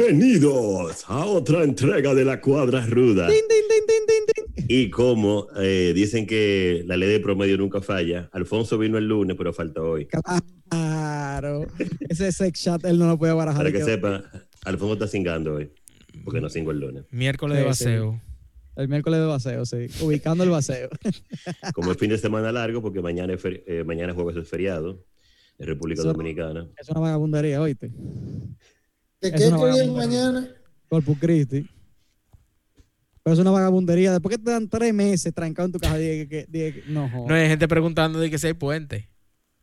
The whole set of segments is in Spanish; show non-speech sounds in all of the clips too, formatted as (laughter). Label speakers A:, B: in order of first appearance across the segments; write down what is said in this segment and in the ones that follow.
A: Bienvenidos a otra entrega de la cuadra ruda.
B: Din, din, din, din, din, din.
A: Y como eh, dicen que la ley de promedio nunca falla, Alfonso vino el lunes, pero falta hoy.
B: Claro. Ese sex chat él no lo puede barajar.
A: Para que
B: de
A: sepa, Alfonso está cingando hoy, porque no cingo el lunes.
C: Miércoles de
B: Sí, sí.
C: baseo.
B: El miércoles de vaceo, sí. Ubicando el vaceo. (laughs)
A: Como es fin de semana largo, porque mañana, es feri- eh, mañana jueves es feriado en República
B: Eso-
A: Dominicana.
B: Es una vagabundería, oíste.
D: ¿De
B: Eso
D: qué
B: no
D: que hoy es
B: vagabundería.
D: mañana?
B: Corpus Christi. Pero es una vagabundería. Después que te dan tres meses trancado en tu casa, dije que. dije que- no, joder.
C: No hay gente preguntando de que si hay puente.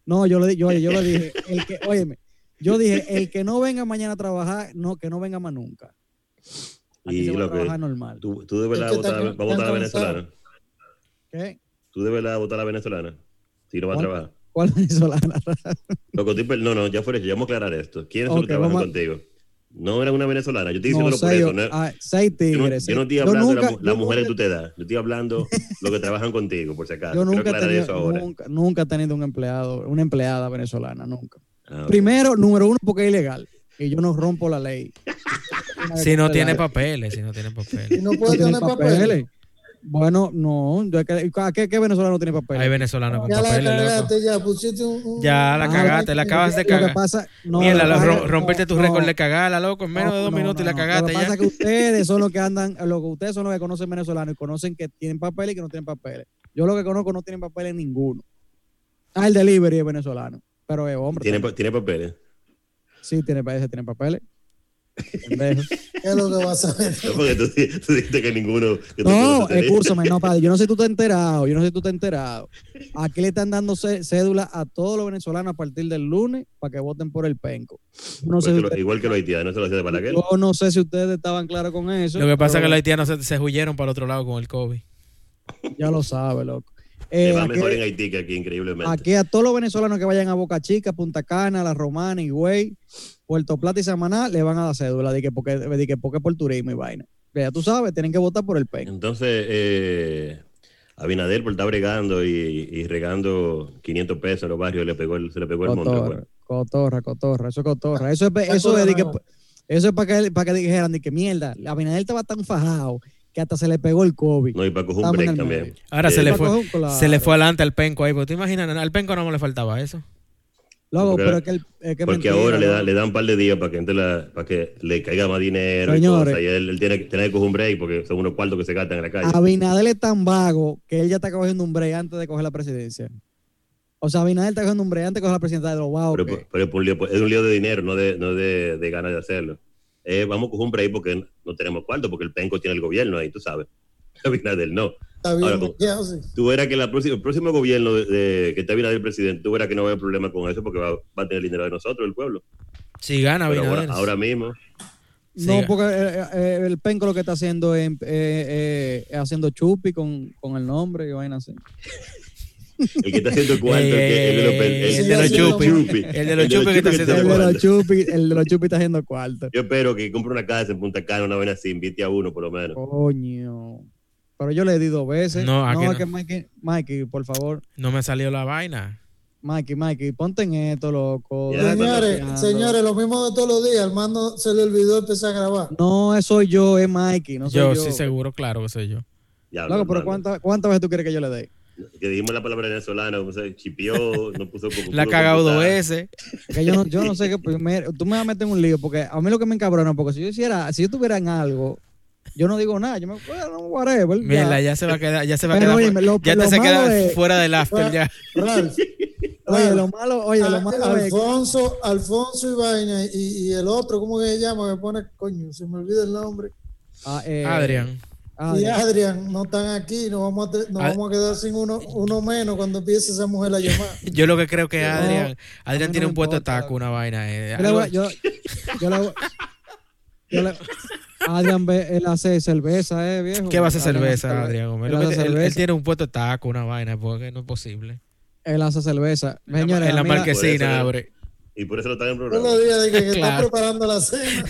B: No, yo le, di- yo, oye, yo le dije, el que, óyeme, yo dije, el que no venga mañana a trabajar, no, que no venga más nunca. Aquí
A: Y
B: se va a
A: lo que
B: trabajar normal.
A: tú, tú de verdad
D: Es que
A: vas a votar-
D: está-
A: vas a votar a la
D: está cansado.
A: venezolana.
B: ¿Qué?
A: Tú de verdad vas a votar a la venezolana. Si no va a
B: ¿Cuál?
A: trabajar.
B: ¿Cuál venezolana?
A: Loco, tú- no, no, ya fue hecho, ya vamos a aclarar esto. ¿Quiénes son los
B: Ok,
A: que trabajan
B: vamos a-
A: contigo? No era una venezolana, yo estoy
B: No,
A: diciéndolo por
B: seis,
A: eso. no-
B: ah, seis
A: yo, no,
B: tigres.
A: yo no estoy
B: seis.
A: hablando de
B: nunca-
A: la mu- las
B: yo
A: mujeres de
B: nunca-
A: tu edad, yo estoy
B: (laughs)
A: hablando los que trabajan contigo, por si acaso.
B: Yo
A: Quiero
B: nunca he,
A: aclarar eso
B: tenido,
A: ahora.
B: nunca, nunca he tenido un empleado, una empleada venezolana, nunca.
A: Ah, ok.
B: Primero, número uno, porque es ilegal. Y yo no rompo la ley. Una
C: (laughs) Si no tiene
B: vez
C: papeles, si no tiene
D: Y
C: papeles.
D: no
B: que
D: puede
B: tiene
D: tener papeles.
B: Bueno, no. yo que- ¿a ¿Qué, qué venezolano tiene papeles?
C: Hay venezolanos con
D: Ya la
C: papeles, loco.
D: cagaste, ya pusiste un. un-
C: Ya la
B: Ah,
C: cagaste, la acabas de
B: Lo que
C: cagar.
B: pasa, no,
C: Mierda,
B: lo
C: lo
B: que pasa-
C: rom- rompiste tu
B: no,
C: récord de cagarla, loco. En menos
B: no,
C: de dos
B: no,
C: minutos y
B: no,
C: la
B: no. Lo
C: cagaste
B: que pasa
C: ya. (laughs)
B: es que ustedes son los que andan, lo que ustedes son los que conocen venezolanos y conocen que tienen papeles y que no tienen papeles. Yo lo que conozco no tienen papeles ninguno. Ah, el delivery es venezolano. Pero es hombre.
A: ¿Tiene,
B: también.
A: pa- tiene papeles. (laughs)
B: sí, tiene papeles, tiene papeles. Pendejo.
D: ¿Qué (laughs) es lo que vas a ver?
A: No, porque tú, di- tú dijiste que ninguno. (laughs) que tú
B: No,
A: conoces
B: eh,
A: tenía.
B: escúchame, no, padre, yo no sé si tú te has enterado, yo no sé si tú te has enterado. Aquí le están dando cé- cédula a todos los venezolanos a partir del lunes para que voten por el penco. Yo No
A: (laughs) Igual,
B: sé si
A: Pues que lo,
B: ustedes,
A: igual que los haitianos, se lo hacía de Balaguer.
B: yo no sé si ustedes estaban claros con eso.
C: Lo que pasa es que
B: pero
C: los haitianos se, se huyeron para el otro lado con el COVID.
B: Ya lo sabe, loco. Eh,
A: Le va
B: aquí,
A: mejor en Haití que aquí, increíblemente.
B: aquí a todos los venezolanos que vayan a Boca Chica, Punta Cana, La Romana, Higüey, Puerto Plata y Samaná, le van a dar cédula. De que porque, di que porque por turismo y vaina. Ya tú sabes, tienen que votar por el penco.
A: Entonces, eh, Abinader por estar bregando y, y regando 500 pesos en los barrios, le pegó el, se le pegó el pues. monto.
B: Cotorra,
A: bueno.
B: cotorra, cotorra, eso es cotorra. Eso es, pe- eso es,
D: Cotorra
B: di que-
D: no.
B: eso es para que, para que dijeran de que mierda, la Abinader estaba tan fajado que hasta se le pegó el COVID.
A: No, y para coger un
B: Estamos en
A: break
B: el
A: también.
B: medio.
C: Ahora
A: Sí.
C: se le
B: Paco,
C: fue.
B: claro.
C: Se le fue adelante al penco ahí, porque tú imaginas, al penco no me le faltaba eso.
B: Loco,
A: Porque-
B: pero es que el- es que
A: Porque
B: mentira,
A: ahora le,
B: loco.
A: da, le dan un par de días para que entre la, para que le caiga más dinero y
B: Señores.
A: cosas. Y él, él tiene, que- tiene que coger un break porque son unos cuartos que se gastan en la calle.
B: Abinader es tan vago que él ya está cogiendo un break antes de coger la presidencia. O sea, Abinader está cogiendo un break antes de coger la presidencia de los vagos.
A: pero pues,
B: que-
A: pero es, por un lío, es un lío de dinero, no de, no de, de ganas de hacerlo. Eh, vamos a coger un break porque no tenemos cuarto, porque el penco tiene el gobierno ahí, tú sabes. (laughs) Abinader no.
D: Está
A: Ahora,
D: bien
A: como-
D: bloqueado, sí.
A: Tú verás que la próxima- el próximo gobierno de, de- que está Abinader presidente, tú verás que no va a haber problema con eso porque va, va a tener el dinero de nosotros, el pueblo.
C: Si gana,
A: Pero ahora,
C: Abinader.
A: ahora mismo,
B: No,
C: Siga.
B: porque eh, eh, el penco lo que está haciendo es eh, eh, eh, haciendo chupi con, con el nombre y vaina así.
A: el que está haciendo el cuarto, el, que, el de los pen-
C: Eh,
D: el de los
A: chupi,
C: chupis. El de los chupis que está
A: chupis
C: haciendo
B: El de
A: cuarto.
B: los chupi, el de los chupi está haciendo cuarto.
A: Yo espero que compre una casa en Punta Cana, una vez así, invite a uno por lo menos.
B: Oh. Coño. Pero yo le di dos veces.
C: No,
B: No,
C: aquí
B: es
C: no.
B: que Mikey, Mikey, por favor.
C: No me salió la vaina.
B: Mikey, Mikey, ponte en esto, loco.
A: Ya,
D: Señores, señores, lo mismo de todos los días. Armando se le olvidó empezar a grabar.
B: No, eso soy yo, es Mikey, no soy
C: Yo
B: yo.
C: sí seguro, claro que soy yo.
A: Ya,
B: Loco, pero
A: Armando.
B: ¿cuánta- ¿cuántas veces tú quieres que yo le dé?
A: Que dijimos la palabra venezolana, o sea,
B: (laughs)
A: chipió, no puso como.
C: La ha
A: pudo
C: cagado dos
A: computar.
C: veces.
B: Que yo no, yo no sé qué primero. Tú me vas a meter en un lío, porque a mí lo que me encabrona, porque si yo hiciera, si yo tuviera en algo, yo no digo nada, yo me bueno, whatever. ya.
C: Mierda, ya se va a quedar, ya se va a
B: Pero
C: quedar.
B: oye,
C: fu-
B: lo-
C: ya
B: lo
C: te se
B: malo
C: queda
B: es-
C: fuera del
B: (laughs)
C: after ya.
D: Ralph,
B: Oye, lo malo, oye, lo
D: Al-
B: malo es.
D: Alfonso, Alfonso y vaina y, y el otro, ¿cómo que se llama? Me pone, coño, se me olvida el nombre.
B: Ah, eh,
C: Adrián.
D: Y
B: Adrián.
D: Adrian no están aquí, nos vamos a, te- nos
C: Ad-
D: vamos a quedar sin uno, uno menos cuando empiece esa mujer
A: (laughs)
D: a llamar.
C: Yo lo que creo que
B: No,
C: Adrián,
B: a
C: Adrián
B: mí
C: tiene
B: no
C: un
B: me
C: puesto de
B: importa.
C: taco, una vaina. eh,
B: Yo le voy,
C: algo-
B: yo, yo le voy- yo le- Adrián, ve- él hace cerveza, eh, viejo. eh,
C: ¿Qué va a hacer
B: Adrián
C: cerveza, Adrián Gómez?
B: Él
C: Lo
B: hace
C: que- Él, él
B: cerveza.
C: tiene un puesto de taco, una vaina, porque no es posible.
B: Él hace cerveza.
C: En la-
B: Señores,
C: en la
B: a mí la-
A: Por eso
C: marquesina
A: no-
C: abre.
A: Y por eso lo están en el
D: Todos
A: programa.
D: los días de que, que está
C: Claro.
D: preparando la cena.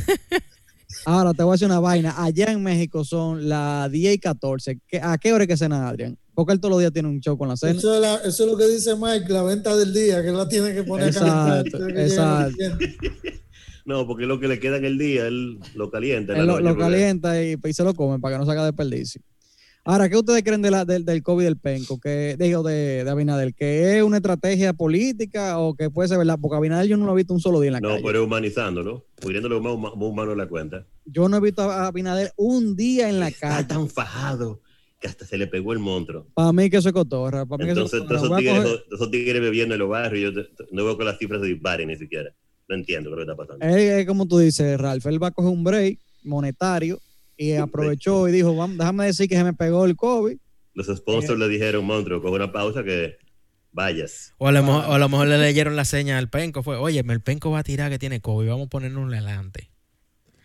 B: ahora te voy a decir una vaina. Allá en México son las 10 y 14. ¿Qué- ¿A qué hora es que cena Adrián? Porque él todos los días tiene un show con la cena.
D: Eso es, la- eso es lo que dice Mike, la venta del día, que la tiene que poner a calentar,
B: Exacto,
D: tiene que llegar a
B: exacto.
D: los clientes.
A: No, porque lo que le queda en el día, él lo calienta. en la
B: Él lo,
A: noche,
B: lo
A: porque-
B: calienta y, y se lo comen para que no saca desperdicio. Ahora, ¿qué ustedes creen de la, del, del COVID del penco? Que, digo, de, de Abinader, ¿que es una estrategia política o que puede ser verdad? Porque Abinader yo no lo he visto un solo día en la
A: No,
B: calle.
A: pero humanizándolo, poniéndolo más, huma- más humano en la cuenta.
B: Yo no he visto a Abinader un
A: (laughs)
B: día en la
A: Está
B: calle.
A: tan fajado que hasta se le pegó el monstruo.
B: Para mí que eso es cotorra. Para mí
A: Entonces,
B: que eso
A: todos
B: es
A: esos
B: cotorra. Voy a
A: tigres,
B: coger-
A: todos esos tigres bebiendo en los barrios, yo te- te- no veo que las cifras se disparen ni siquiera. No entiendo lo que está pasando.
B: Él, eh, como tú dices, Ralph, él va a coger un break monetario y aprovechó y dijo, "Vam- déjame decir que se me pegó el COVID.
A: Los
B: eh.
A: sponsors le dijeron, monstruo, coge una pausa que vayas.
C: O a, lo mejor, o a lo mejor le leyeron la seña al penco. Fue, oye, el penco va a tirar que tiene COVID, vamos a ponernos adelante.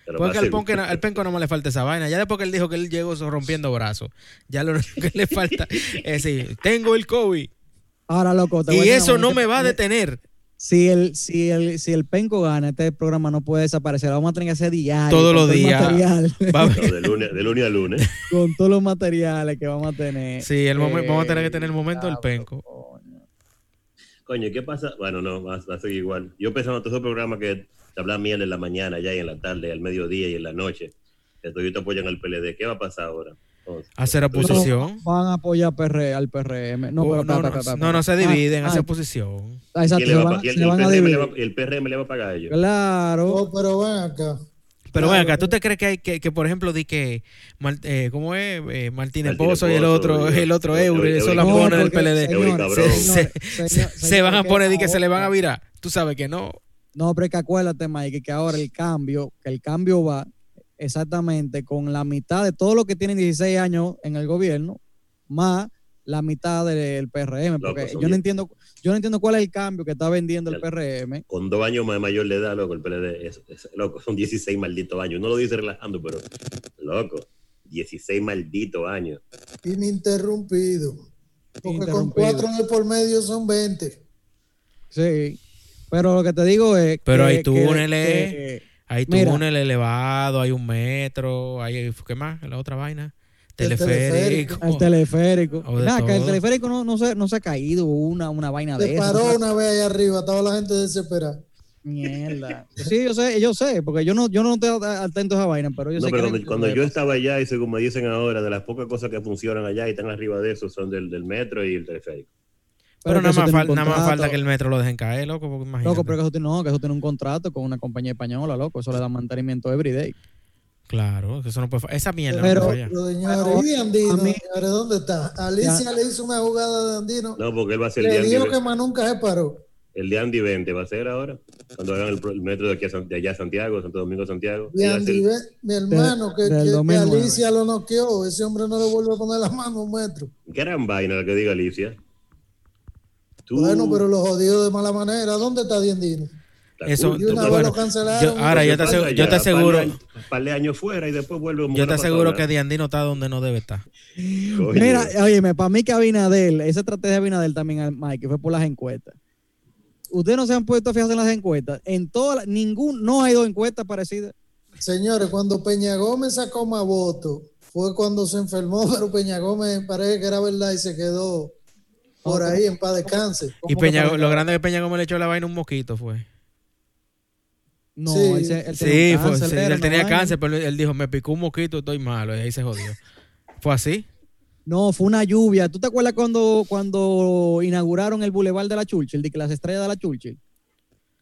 A: Pero
C: Porque al,
A: fácil.
C: ponque no- al penco no me le falta esa vaina. Ya después que él dijo que él llegó so- rompiendo brazos, ya lo (laughs) único que le falta es decir, tengo el COVID
B: Ahora, loco, te voy a
C: y
B: decir
C: eso
B: una
C: no
B: vaina
C: me
B: que-
C: va a detener.
B: Si el, si el, si el penco gana, este programa no puede desaparecer. Vamos a tener que hacer diario.
C: Todos
B: con
C: los
B: todo el
C: días.
B: material,
C: Va a haber-
A: No, de, lunes, de lunes a lunes.
B: (laughs) con todos los materiales que vamos a tener.
C: Sí, el momen- vamos a tener que
B: Eh,
C: tener el momento del
B: diablo,
C: penco.
B: coño.
A: Coño, ¿qué pasa? Bueno, no, va, va a ser igual. Yo pensaba en todos esos programas que te hablan miel en la mañana, ya y en la tarde, al mediodía y en la noche. Que todavía te apoyan al PLD. ¿Qué va a pasar ahora? Entonces,
C: Hacer oposición.
B: Van a apoyar PR, al PRM. No,
C: Oh,
B: pero,
C: No,
B: ta,
C: no,
B: ta, ta, ta,
C: no, no se
B: ta.
C: dividen,
B: Ah,
C: hace
B: ah,
C: oposición.
B: exacto,
A: ¿quién le
B: se
A: va a
B: van,
A: pa- quién-
B: se van a
A: el, PRM le va,
B: dividir.
A: el PRM le va a pagar a ellos.
B: Claro.
D: Oh, pero ven acá.
C: Pero ven
D: Claro,
C: acá, ¿tú
D: claro.
C: te crees que hay que, que, por ejemplo, di que Mar- eh, ¿cómo es? Eh,
A: Martínez
C: Martínez Pozo y el
A: Pozo,
C: otro,
A: y-
C: el otro
A: y-
C: Eury,
A: y-
C: eso
A: y-
C: la
A: No,
C: pone del
B: porque,
C: PLD.
A: Eury,
B: señores,
A: cabrón.
B: señores,
C: Se,
B: señor-
C: (laughs) se
B: señor,
C: van a
B: que
C: poner di que se le van
B: ahora-
C: a virar. Tú sabes que no.
B: No, pero es que acuérdate, Mike, que ahora el cambio, que el cambio va exactamente con la mitad de todos los que tienen 16 años en el gobierno, más la mitad del PRM. Porque
A: son
B: yo no
A: bien.
B: entiendo, yo no entiendo cuál es el cambio que está vendiendo el
A: El-
B: PRM.
A: con dos años más mayor de edad, loco, el PLD, es, es- loco, son 16 malditos años. No lo dice relajando, pero, loco, 16 malditos años.
D: Ininterrumpido. Porque con
B: Interrumpido.
D: cuatro de por medio son 20.
B: Sí. Pero lo que te digo es.
C: Pero
B: que-
C: hay
B: que-
C: túneles.
B: que-
C: Hay
B: Mira.
C: túnel elevado, hay un metro, hay, ¿qué más? La otra vaina.
D: El
C: Teleférico.
B: El teleférico.
C: O de
B: Nada, que el
C: todo.
B: teleférico no, no, se, no se ha caído una, una vaina de
D: Se
B: esa.
D: paró una vez allá arriba, estaba la gente desesperada.
B: (laughs) Mierda. Sí, yo sé, yo sé, porque yo no, yo no estoy atento a esa vaina, pero yo
A: No,
B: sé
A: pero
B: que-
A: cuando, cuando yo estaba allá, y según me dicen ahora, de las pocas cosas que funcionan allá y están arriba de eso, son del, del metro y el teleférico.
C: Pero
B: que
C: nada
B: eso
C: más,
B: tiene
C: fal-
B: un
C: nada más
B: contrato.
C: falta que el metro lo dejen caer, loco, porque imagínate.
B: Loco, pero que eso tiene, no, que eso tiene un contrato con una compañía española, loco. Eso le da mantenimiento everyday.
C: Claro, que eso no puede fa- Esa mierda
B: Pero-
C: no puede fallar.
D: Pero, señores, ¿y Andino,
B: a mí-
D: señores, ¿dónde está? Alicia le hizo una jugada de Andino.
A: No, porque él va a ser el de
D: le
A: Andy,
D: dijo
A: Ve-
D: que más nunca se paró.
A: el de Andy 20, va a ser ahora, cuando hagan el, pro- el metro de, aquí a San- de allá a Santiago, Santo Domingo a Santiago.
D: Y
A: Él va a ser-
D: Andy, ve, mi hermano, que,
B: del
D: que- que
B: 2009.
D: Alicia lo noqueó. Ese hombre no le vuelve a poner la mano a un metro.
A: gran vaina la que diga Alicia. Tú-
D: Bueno, pero lo jodió de mala manera. ¿Dónde está Di Andino?
A: la
C: Eso-
A: culpa,
D: Y una
A: tú-
D: vez
C: bueno,
D: lo cancelaron.
C: yo- ahora yo te, asegu- yo te aseguro,
A: Parle años fuera y después vuelve como
C: yo
A: una
C: te aseguro eh, que
A: patada.
C: Diandino está donde no debe estar.
A: Coño.
B: Mira, oye, para mí que Abinadel, esa estrategia de Abinadel también, Mike, fue por las encuestas. Ustedes no se han puesto a fijarse en las encuestas. En todas, las- ningún, no hay dos encuestas parecidas.
D: Señores, cuando Peña Gómez sacó más votos, fue cuando se enfermó, (laughs) pero Peña Gómez parece que era verdad y se quedó por ahí en paz descanse.
C: Y Peña, lo grande que Peña como le echó la vaina un mosquito fue.
B: No,
D: Sí.
B: él, se- él
C: Sí,
B: tenía
C: fue-
B: cáncer,
C: sí,
B: era
C: él
B: una
C: tenía
B: vaina.
C: cáncer, pero él dijo, me picó un mosquito, estoy malo, y ahí se jodió. ¿Fue así?
B: No, fue una lluvia. ¿Tú te acuerdas cuando, cuando inauguraron el Boulevard de la Churchill, de que las estrellas de la Churchill?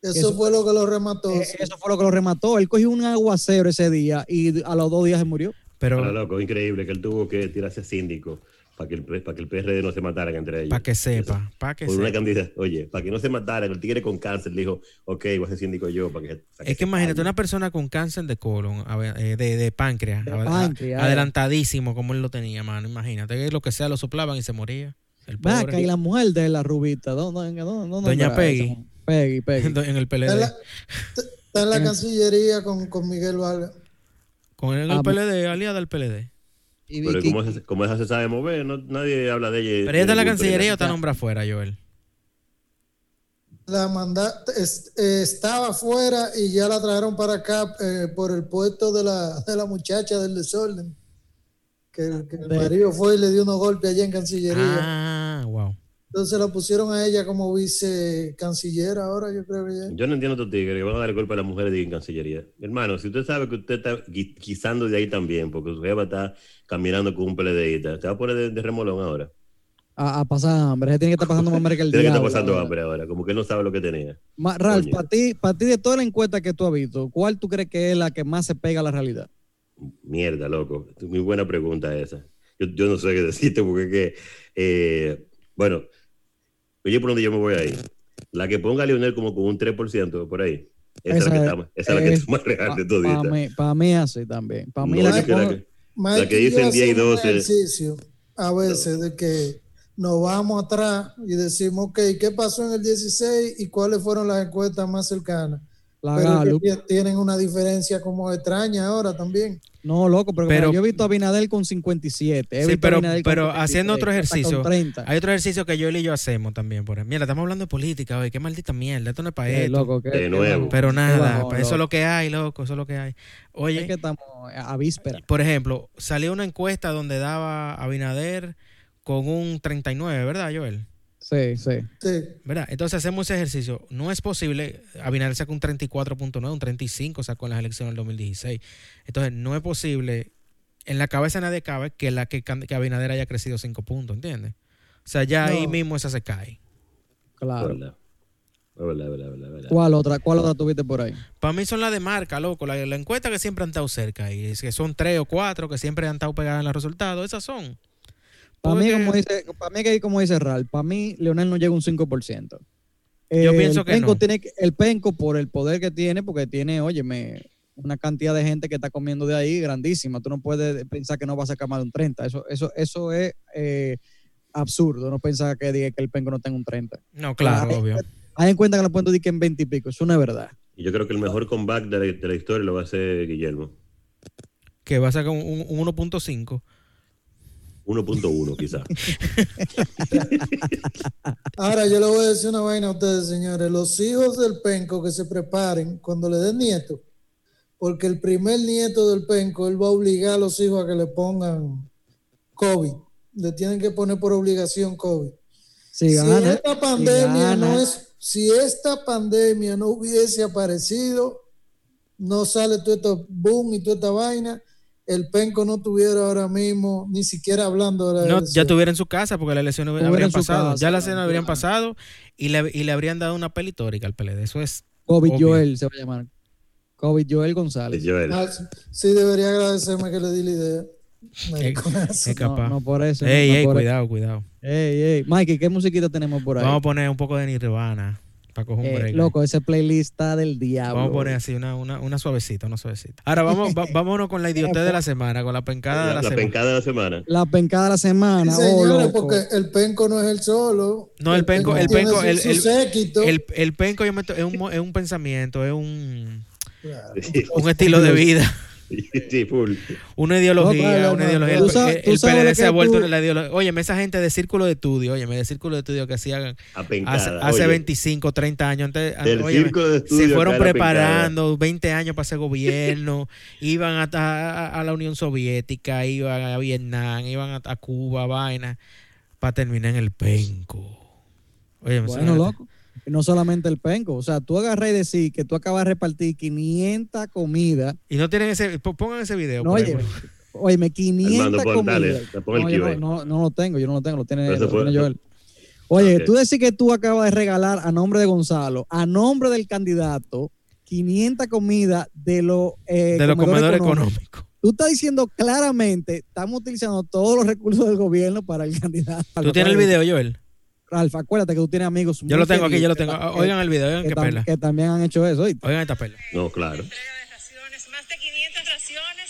D: Eso
B: Eso-
D: fue lo que lo remató.
B: Eh,
D: sí.
B: eso fue lo que lo remató. Él cogió un aguacero ese día y a los dos días se murió.
A: Ahora,
C: Pero
A: loco, increíble que él tuvo que tirarse a síndico para que, el, para que el PRD no se mataran entre ellos.
C: para que sepa, para que
A: Por una
C: sepa.
A: candidata, oye, para que no se mataran, el tigre con cáncer le dijo, ok, voy a ser síndico yo. Para que, para que
C: Es que
A: se
C: imagínate,
A: calme".
C: una persona con cáncer de colon, a ver, eh, de, de páncreas,
B: De
C: a- a-
B: páncreas. eh.
C: adelantadísimo como él lo tenía, mano, imagínate, que lo que sea lo soplaban y se moría. El
B: Ven
C: pobre.
B: acá, y la mujer de la rubita, ¿dónde? dónde, dónde
C: Doña
B: andará
C: Peggy.
B: esa mujer? Peggy,
C: (laughs)
B: Peggy.
C: (laughs) en el
D: Está en la,
C: PLD.
D: está- está en la Cancillería con, con Miguel Vargas.
C: Con el,
B: Ah, Eh,
C: PLD, aliada al PLD.
B: Y
A: Pero
B: Vicky-
A: como, esa- como esa se sabe mover, no- nadie habla de ella.
C: Pero ella
B: eh,
C: está en la
A: Ni le gusta ni
C: Cancillería o
A: nada.
C: está nombrada afuera, Joel.
D: La manda, es- eh, estaba afuera y ya la trajeron para acá eh, por el puesto de la, de la muchacha del desorden. Que, que el marido fue y le dio unos golpes allá en Cancillería.
C: Ah, wow.
D: Entonces la pusieron a ella como vicecanciller ahora, yo creo que ya.
A: Yo no entiendo tu tigre, que van a dar el golpe a las mujeres de en Cancillería. Hermano, si usted sabe que usted está gui- guisando de ahí también, porque su jefa está caminando con un peledeíta, te va a poner de, de remolón ahora.
B: A, a pasar hambre. Ese tiene que estar pasando más hambre que el
A: Tiene que estar
B: diablo.
A: pasando
B: ahora.
A: hambre ahora, como que él no sabe lo que tenía.
B: Ma- Ralph,
A: Coño.
B: para ti, para ti de toda la encuesta que tú has visto, ¿cuál tú crees que es la que más se pega a la realidad?
A: Mierda, loco. Muy buena pregunta esa. Yo, yo no sé qué decirte porque es que, eh, bueno, oye, por donde yo me voy ahí. La que ponga a Lionel como con un 3% por ahí. Esa, es la
B: Esa
A: que
B: es-
A: está, más- esa es la que
B: es-
A: está más real de todita.
B: Para mí, pa' mí así también. Para mí
A: No,
B: la
A: yo
B: que
A: creo
B: ponga-
A: que-
D: Mikey
A: La que dicen
D: hace
A: 10 y
D: un
A: 12.
D: ejercicio a veces de que nos vamos atrás y decimos, ok, ¿qué pasó en el 16 y cuáles fueron las encuestas más cercanas?
B: la
D: Pero que
B: Gallup.
D: tie- tienen una diferencia como extraña ahora también.
B: No, loco, pero,
C: Pero-
B: yo he visto a Abinadel con 57. he
C: Sí,
B: visto a
C: pero-
B: Abinader con
C: pero haciendo
B: 53,
C: otro ejercicio.
B: hasta con 30.
C: Hay otro ejercicio que yo y yo hacemos también, por ejemplo. Mira, estamos hablando de política hoy. Qué maldita mierda. Esto no es para
B: Eh,
C: esto.
B: loco, que-
A: De
B: que
A: nuevo.
B: vamos,
C: Pero
B: que
C: nada,
B: vamos,
C: pa- eso es
B: loco.
C: lo que hay, loco. Eso es lo que hay. Oye,
B: Es que estamos a a víspera.
C: por ejemplo, salió una encuesta donde daba a Binader con un 39, ¿verdad, Joel?
B: Sí, sí.
D: Sí.
C: ¿Verdad? Entonces hacemos ese ejercicio. No es posible. Abinader sacó un 34.9, un 35 sacó en las elecciones del 2016. Entonces, no es posible. En la cabeza de nadie cabe que la que, can- que Abinader haya crecido 5 puntos, ¿entiendes? O sea, ya ahí
D: No.
C: mismo esa se cae.
B: Claro.
A: Hola. Hola, hola, hola, hola.
B: ¿Cuál otra, ¿Cuál otra tuviste por ahí?
C: Para mí son las de marca, loco. La, la encuesta que siempre han estado cerca. Y es que son tres o cuatro que siempre han estado pegadas en los resultados. Esas son.
B: Para
C: Porque
B: mí, como dice, para mí, que como dice Ral, para mí, Leonel no llega a un 5%.
C: Yo
B: el
C: pienso que
B: penco
C: no.
B: tiene que- el penco por el poder que tiene, porque tiene, óyeme, una cantidad de gente que está comiendo de ahí grandísima. Tú no puedes pensar que no va a sacar más de un 30. Eso, eso, eso es eh, absurdo. No pensar que diga que el penco no tenga un 30.
C: No, claro,
B: Hay-
C: obvio.
B: Hay en cuenta que la pueden decir que en 20 y pico. Eso no es verdad.
A: Y yo creo que el mejor comeback de la, de la historia lo va a hacer Guillermo.
C: Que va a sacar un, un 1.5.
A: 1.1
B: (laughs)
A: quizás.
D: Ahora yo le voy a decir una vaina a ustedes, señores. Los hijos del penco que se preparen cuando le den nieto, porque el primer nieto del penco, él va a obligar a los hijos a que le pongan COVID. Le tienen que poner por obligación COVID.
B: Si
D: si
B: gana,
C: eh.
D: esta pandemia
B: gana.
D: no es, si esta pandemia no hubiese aparecido, no sale todo este boom y toda esta vaina, el penco no tuviera ahora mismo ni siquiera hablando de la
C: No, ya
D: elección.
C: estuviera en su casa porque la elección
B: Estuviera
C: habrían
B: en su
C: pasado.
B: casa,
C: ya la cena habrían
B: claro.
C: pasado y le, y le habrían dado una peli histórica al PLD. Eso es.
B: COVID
C: obvio.
B: Joel se va a llamar. COVID Joel González.
A: Joel.
D: Ah, sí, sí, debería agradecerme que le di la idea.
C: Es,
B: Eh,
D: Mariconazo.
B: No,
C: capaz.
B: no por eso.
C: ey,
B: no
C: ey,
B: por eso.
C: cuidado, cuidado.
B: Ey, ey. Mikey, ¿qué musiquita tenemos por ahí?
C: Vamos a poner un poco de Nirvana para coger un
B: Eh,
C: break.
B: loco, ese playlist está del diablo.
C: Vamos a poner así una, una, una suavecita, una suavecita. Ahora vamos,
B: (laughs)
C: va- vámonos con la idiotez de la semana, con la pencada
A: la,
C: de la,
A: la
C: semana.
A: pencada de la semana.
B: La pencada de la semana.
D: Sí,
B: oh,
D: señores,
B: loco.
D: porque el penco no es el solo.
C: No, el penco- el
D: tiene
C: penco-
D: su-
C: el-
D: su
C: el-
D: séquito.
C: El, el penco yo me to- es, un, mo- es un pensamiento, es un,
D: Claro.
A: (laughs)
C: un estilo de vida, (laughs)
A: sí, full.
C: una ideología,
D: No, no,
C: una
D: no,
C: ideología.
D: no.
C: El-
D: Tú
B: sabes-
C: el-
B: tú
C: el
B: sabes
C: PLD
B: lo
C: se
B: que
C: ha vuelto
B: tú-
C: una ideología. Óyeme, esa gente de círculo de estudio, óyeme, de círculo de estudio que hacían
A: A
C: hace,
A: pencada.
C: hace
A: oye.
C: 25, 30 años. Antes,
A: Del
C: óyeme,
A: círculo de estudio
C: se fueron
A: cae la pencada.
C: preparando 20 años para hacer gobierno, (laughs) iban hasta a, a la Unión Soviética, iban a Vietnam, iban a, a Cuba, vaina, para terminar en el penco. Oye, me
B: Bueno, loco. Y No solamente el penco. O sea, tú agarras y decís que tú acabas de repartir 500 comidas.
C: Y no tienen ese, po- pongan ese video.
B: No,
C: por
B: oye,
C: ejemplo.
B: óyeme, 500
A: Armando, pon,
B: comidas.
A: dale, te pon el
B: no, yo no,
A: QA.
B: no, no lo tengo, yo no lo tengo, lo tiene,
A: Pero eso
B: lo
A: fue-
B: tiene Joel. Oye,
A: Ok.
B: tú decís que tú acabas de regalar a nombre de Gonzalo, a nombre del candidato, 500 comidas de los eh,
C: de los comedores
B: económicos.
C: económicos.
B: Tú estás diciendo claramente, estamos utilizando todos los recursos del gobierno para el (laughs) candidato.
C: ¿Tú tienes el video, Joel?
B: Alfa, acuérdate que tú tienes amigos.
C: Yo
B: muy
C: lo tengo aquí,
B: queridos
C: yo lo
B: que
C: tengo.
B: ta-
C: Oigan el video, oigan
B: que,
C: qué
B: tam-
C: perla.
B: que también han hecho eso. ¿oíste?
C: Oigan esta perla.
A: No, claro.
E: entrega de raciones, más de 500 raciones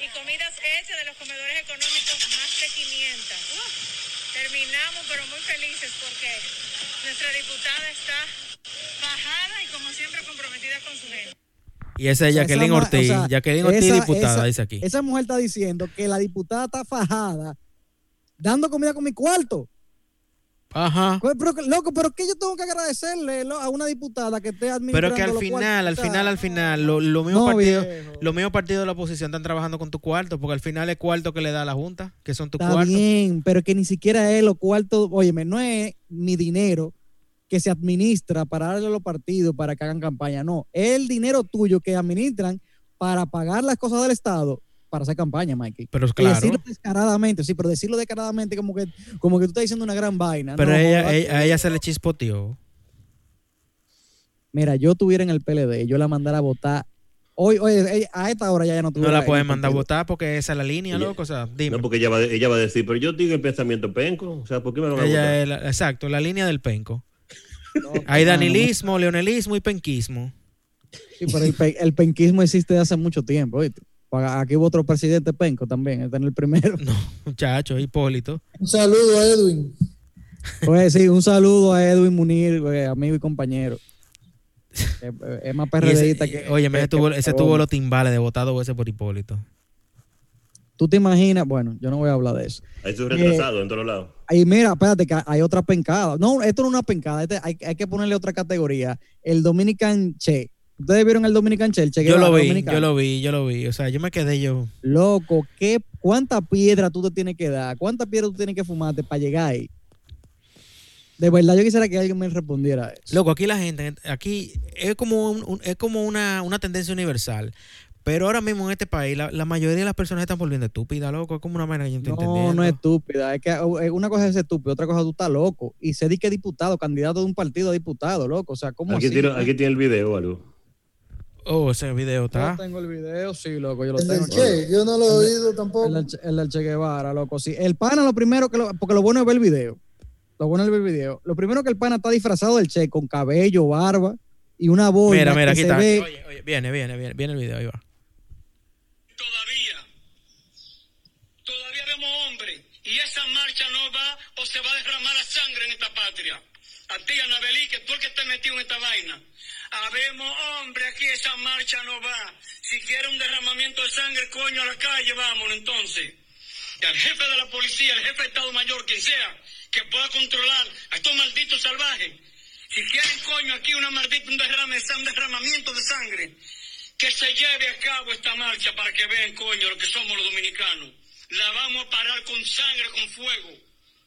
E: y comidas hechas de los comedores económicos, más de 500. ¡Uf! Terminamos, pero muy felices porque nuestra diputada está bajada y como siempre comprometida con su gente.
C: Y esa es
B: sea,
C: Jacqueline
B: esa ma-
C: Ortiz.
B: o sea,
C: Jacqueline Ortiz,
B: esa-
C: diputada,
B: esa-
C: dice aquí.
B: Esa mujer está diciendo que la diputada está fajada dando comida con mi cuarto.
C: Ajá.
B: Pero, pero, loco, pero que yo tengo que agradecerle lo- a una diputada que esté administrando
C: Pero que al
B: los
C: final, al
B: cuartos?
C: final, al final, lo- los mismos
B: No,
C: partidos,
B: viejo.
C: los mismos partidos de la oposición están trabajando con tu cuarto, porque al final es cuarto que le da a la Junta, que son tus
B: Está
C: cuartos.
B: bien, pero que ni siquiera es lo cuarto, óyeme, no es mi dinero que se administra para darle a los partidos para que hagan campaña, no, es el dinero tuyo que administran para pagar las cosas del Estado para hacer campaña, Mikey.
C: Pero
B: Y
C: claro.
B: decirlo descaradamente, sí, pero decirlo descaradamente como que, como que tú estás diciendo una gran vaina.
C: Pero
B: no,
C: ella,
B: joda.
C: ella- a ella se le chispoteó.
B: Mira, yo estuviera en el PLD, yo la mandara a votar. Hoy, hoy eh, a esta hora ya, ya no
C: No la pueden
B: pueden
C: mandar a votar porque esa es la línea,
A: Ella-
C: loco. O sea, dime.
A: No, porque ella va, ella va a decir, pero yo tengo el pensamiento penco. O sea, ¿por qué me van a
C: ella
A: votar?
C: es la- exacto, la línea del penco. (laughs) Hay danilismo, leonelismo y penquismo. (laughs)
B: Sí, pero el, pe- el penquismo existe de hace mucho tiempo, ¿oíste? Pa- Aquí hubo otro presidente penco también, está en el
C: (laughs)
B: primero.
C: No, muchacho, Hipólito.
D: Un saludo a Edwin.
B: Pues sí, un saludo a Edwin Munir, eh, amigo y compañero. Eh, eh, Es más
C: (laughs) Y ese- eh,
B: perredita que...
C: Oye,
B: que-
C: ese, tuvo,
B: que-
C: ese tuvo los timbales de votado ese por Hipólito.
B: Tú te imaginas, bueno, yo no voy a hablar de eso.
A: Ahí estoy retrasado en todos lados.
B: Ahí mira, espérate, que hay otra pencada. No, esto no es una pencada, este- hay, hay que ponerle otra categoría. El Dominican Che. ¿Ustedes vieron el Dominican Che? El che
C: Yo
B: Guevara
C: lo vi,
B: dominicano.
C: yo lo vi, yo lo vi. O sea, yo me quedé yo.
B: Loco, ¿qué, ¿cuánta piedra tú te tienes que dar? ¿Cuánta piedra tú tienes que fumarte para llegar ahí? De verdad, yo quisiera que alguien me respondiera eso.
C: Loco, aquí la gente, aquí es como, un- un- es como una, una tendencia universal. Pero ahora mismo en este país, la, la mayoría de las personas están volviendo estúpidas, loco. Es como una manera que yo no estoy
B: no,
C: entendiendo.
B: no es estúpida. Es que oh, eh, una cosa es estúpida, otra cosa tú estás loco. Y sé di que diputado, candidato de un partido a diputado, loco. O sea, ¿cómo
A: Aquí
B: así?
A: tiene, aquí tiene el video, algo.
C: Oh, ese video está.
B: Yo tengo el video, sí, loco, yo lo
D: El
B: tengo.
D: del Che, yo no lo he oído tampoco.
B: El del Che- el del Che Guevara, loco, sí. El pana, lo primero que lo- porque lo bueno es ver el video. Lo bueno es ver el video. Lo primero que el pana está disfrazado del Che, con cabello, barba y una boina
C: Mira, mira,
B: que
C: aquí
B: se
C: está.
B: ve-
C: Oye, oye, viene, viene, viene, viene el video, ahí va.
F: todavía, todavía vemos hombres y esa marcha no va o se va a derramar a sangre en esta patria. A ti, Anabelí, que tú el que estás metido en esta vaina. Habemos hombres aquí, esa marcha no va. Si quiere un derramamiento de sangre, coño, a la calle, vámonos entonces. Y al jefe de la policía, al jefe de Estado Mayor, quien sea, que pueda controlar a estos malditos salvajes. Si quieren, coño, aquí una maldita, un derrame, un derramamiento de sangre que se lleve a cabo esta marcha para que vean, coño, lo que somos los dominicanos. La vamos a parar con sangre, con fuego.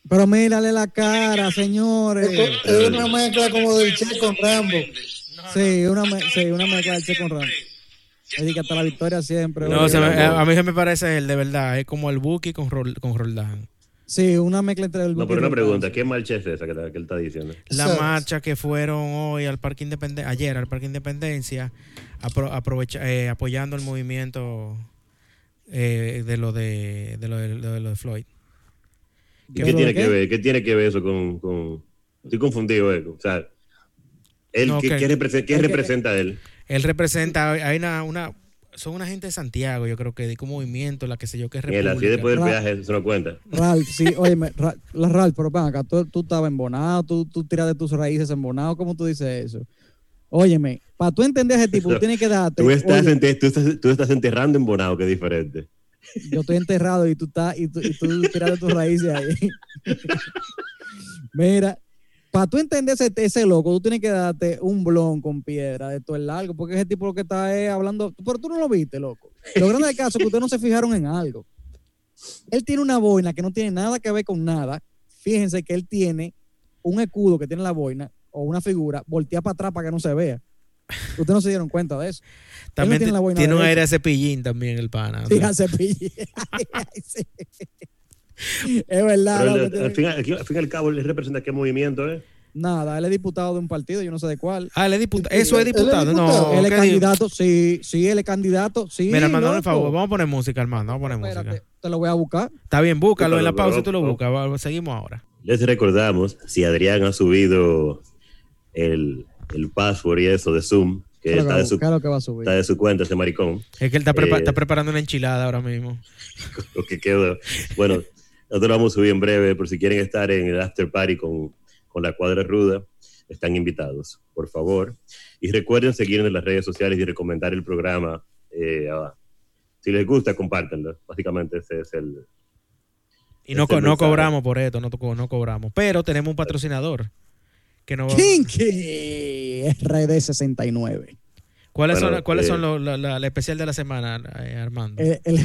B: Pero mírale la cara, señores.
D: Es co- es una mezcla como del Che con Rambo.
B: Sí, una, me- sí, una mezcla del Che con Rambo.
F: Ya
B: Así que hasta la victoria siempre.
C: No,
B: güey.
C: se me- a a mí se me parece el de verdad. Es como el Buki con, Rol- con Roldán.
B: Sí, una mezcla entre el
A: No, pero una pregunta, ¿qué marcha es esa que, la- que él está diciendo?
C: La
D: Exacto.
C: marcha que fueron hoy al Parque Independencia, ayer al Parque Independencia, apro- aprovecha- eh, apoyando el movimiento eh, de, lo de, de lo de lo de lo de Floyd.
A: ¿Y qué
B: ¿Pero
A: tiene
B: qué?
A: que ver? ¿Qué tiene que ver eso con...? con- Estoy confundido, eh. O sea, él,
C: No,
A: ¿qué,
C: ok.
A: qué represe- qué
B: Es que-
A: representa él?
C: Él representa, hay una, una son una gente de Santiago, yo creo que de un movimiento, la que sé yo que es
A: Miguel, así
C: república.
A: después del
B: Ra-
A: peaje, eso no cuenta.
B: Ralph, sí, oye, la Ralph, pero ven acá, tú, tú estabas embonado, tú, tú tiras de tus raíces embonado, ¿cómo tú dices eso? Óyeme, para tú entender a ese
A: (laughs)
B: tipo, tú
A: Pero,
B: tienes que darte.
A: Tú estás,
B: oye,
A: ente- tú estás, tú estás enterrando en Bonao, que es diferente.
B: yo estoy enterrado y tú estás y tú, y tú tiras de tus raíces ahí. Mira, para tú entender ese, ese loco, tú tienes que darte un blon con piedra de todo el largo, porque ese tipo lo que está es hablando, pero tú no lo viste, loco. Lo grande del caso es que ustedes no se fijaron en algo. Él tiene una boina que no tiene nada que ver con nada. Fíjense que él tiene un escudo que tiene la boina o una figura volteada para atrás para que no se vea. Ustedes no se dieron cuenta de eso.
C: También
B: tiene
C: ti-
B: la
C: tiene,
B: buena
C: un
B: derecha.
C: aire a cepillín también el pana. o sea.
B: Fíjate,
C: (laughs)
B: pille. Ay, ay, sí. Es verdad.
A: Pero
B: loco,
A: al,
B: tiene-
A: al fin, al fin- al fin y al cabo, él representa qué movimiento, ¿eh?
B: Nada, él es diputado de un partido, yo no sé de cuál.
C: Ah, él es diputado. Eso es
D: Él es
C: diputado. Ah, No,
D: diputado.
B: él es
C: ¿qué digo?
B: candidato, sí, sí, él es candidato, sí.
C: Mira, hermano,
B: loco.
C: por favor, vamos a poner música, hermano. Vamos a poner
B: Espérate,
C: música.
B: te lo voy a buscar.
C: Está bien, búscalo en la
A: Búscalo,
C: pausa,
A: bro.
C: tú lo buscas. va- Seguimos ahora.
A: Les recordamos, si Adrián ha subido el, el password y eso de Zoom, que
B: Claro que
A: está
B: va a
A: de, su,
B: buscar lo que va a subir.
A: está de su cuenta ese maricón,
C: Es que él está, prepa-
A: Eh.
C: está preparando una enchilada ahora mismo.
A: lo que quedó. Bueno, nosotros lo vamos a subir en breve, por si quieren estar en el after party con, con la cuadra ruda, están invitados, por favor. Y recuerden seguirnos en las redes sociales y recomendar el programa. eh, a- si les gusta, compártanlo. Básicamente ese es el...
C: Y no,
A: Este
C: co- no
A: mensaje.
C: cobramos por esto, no, to- no cobramos. Pero tenemos un patrocinador. Que no va-
B: Kinky RD69.
C: ¿Cuáles
A: Bueno,
C: son, la- ¿cuáles
A: eh,
C: son los- la, la- la especial de la semana, eh, Armando?
B: El- el-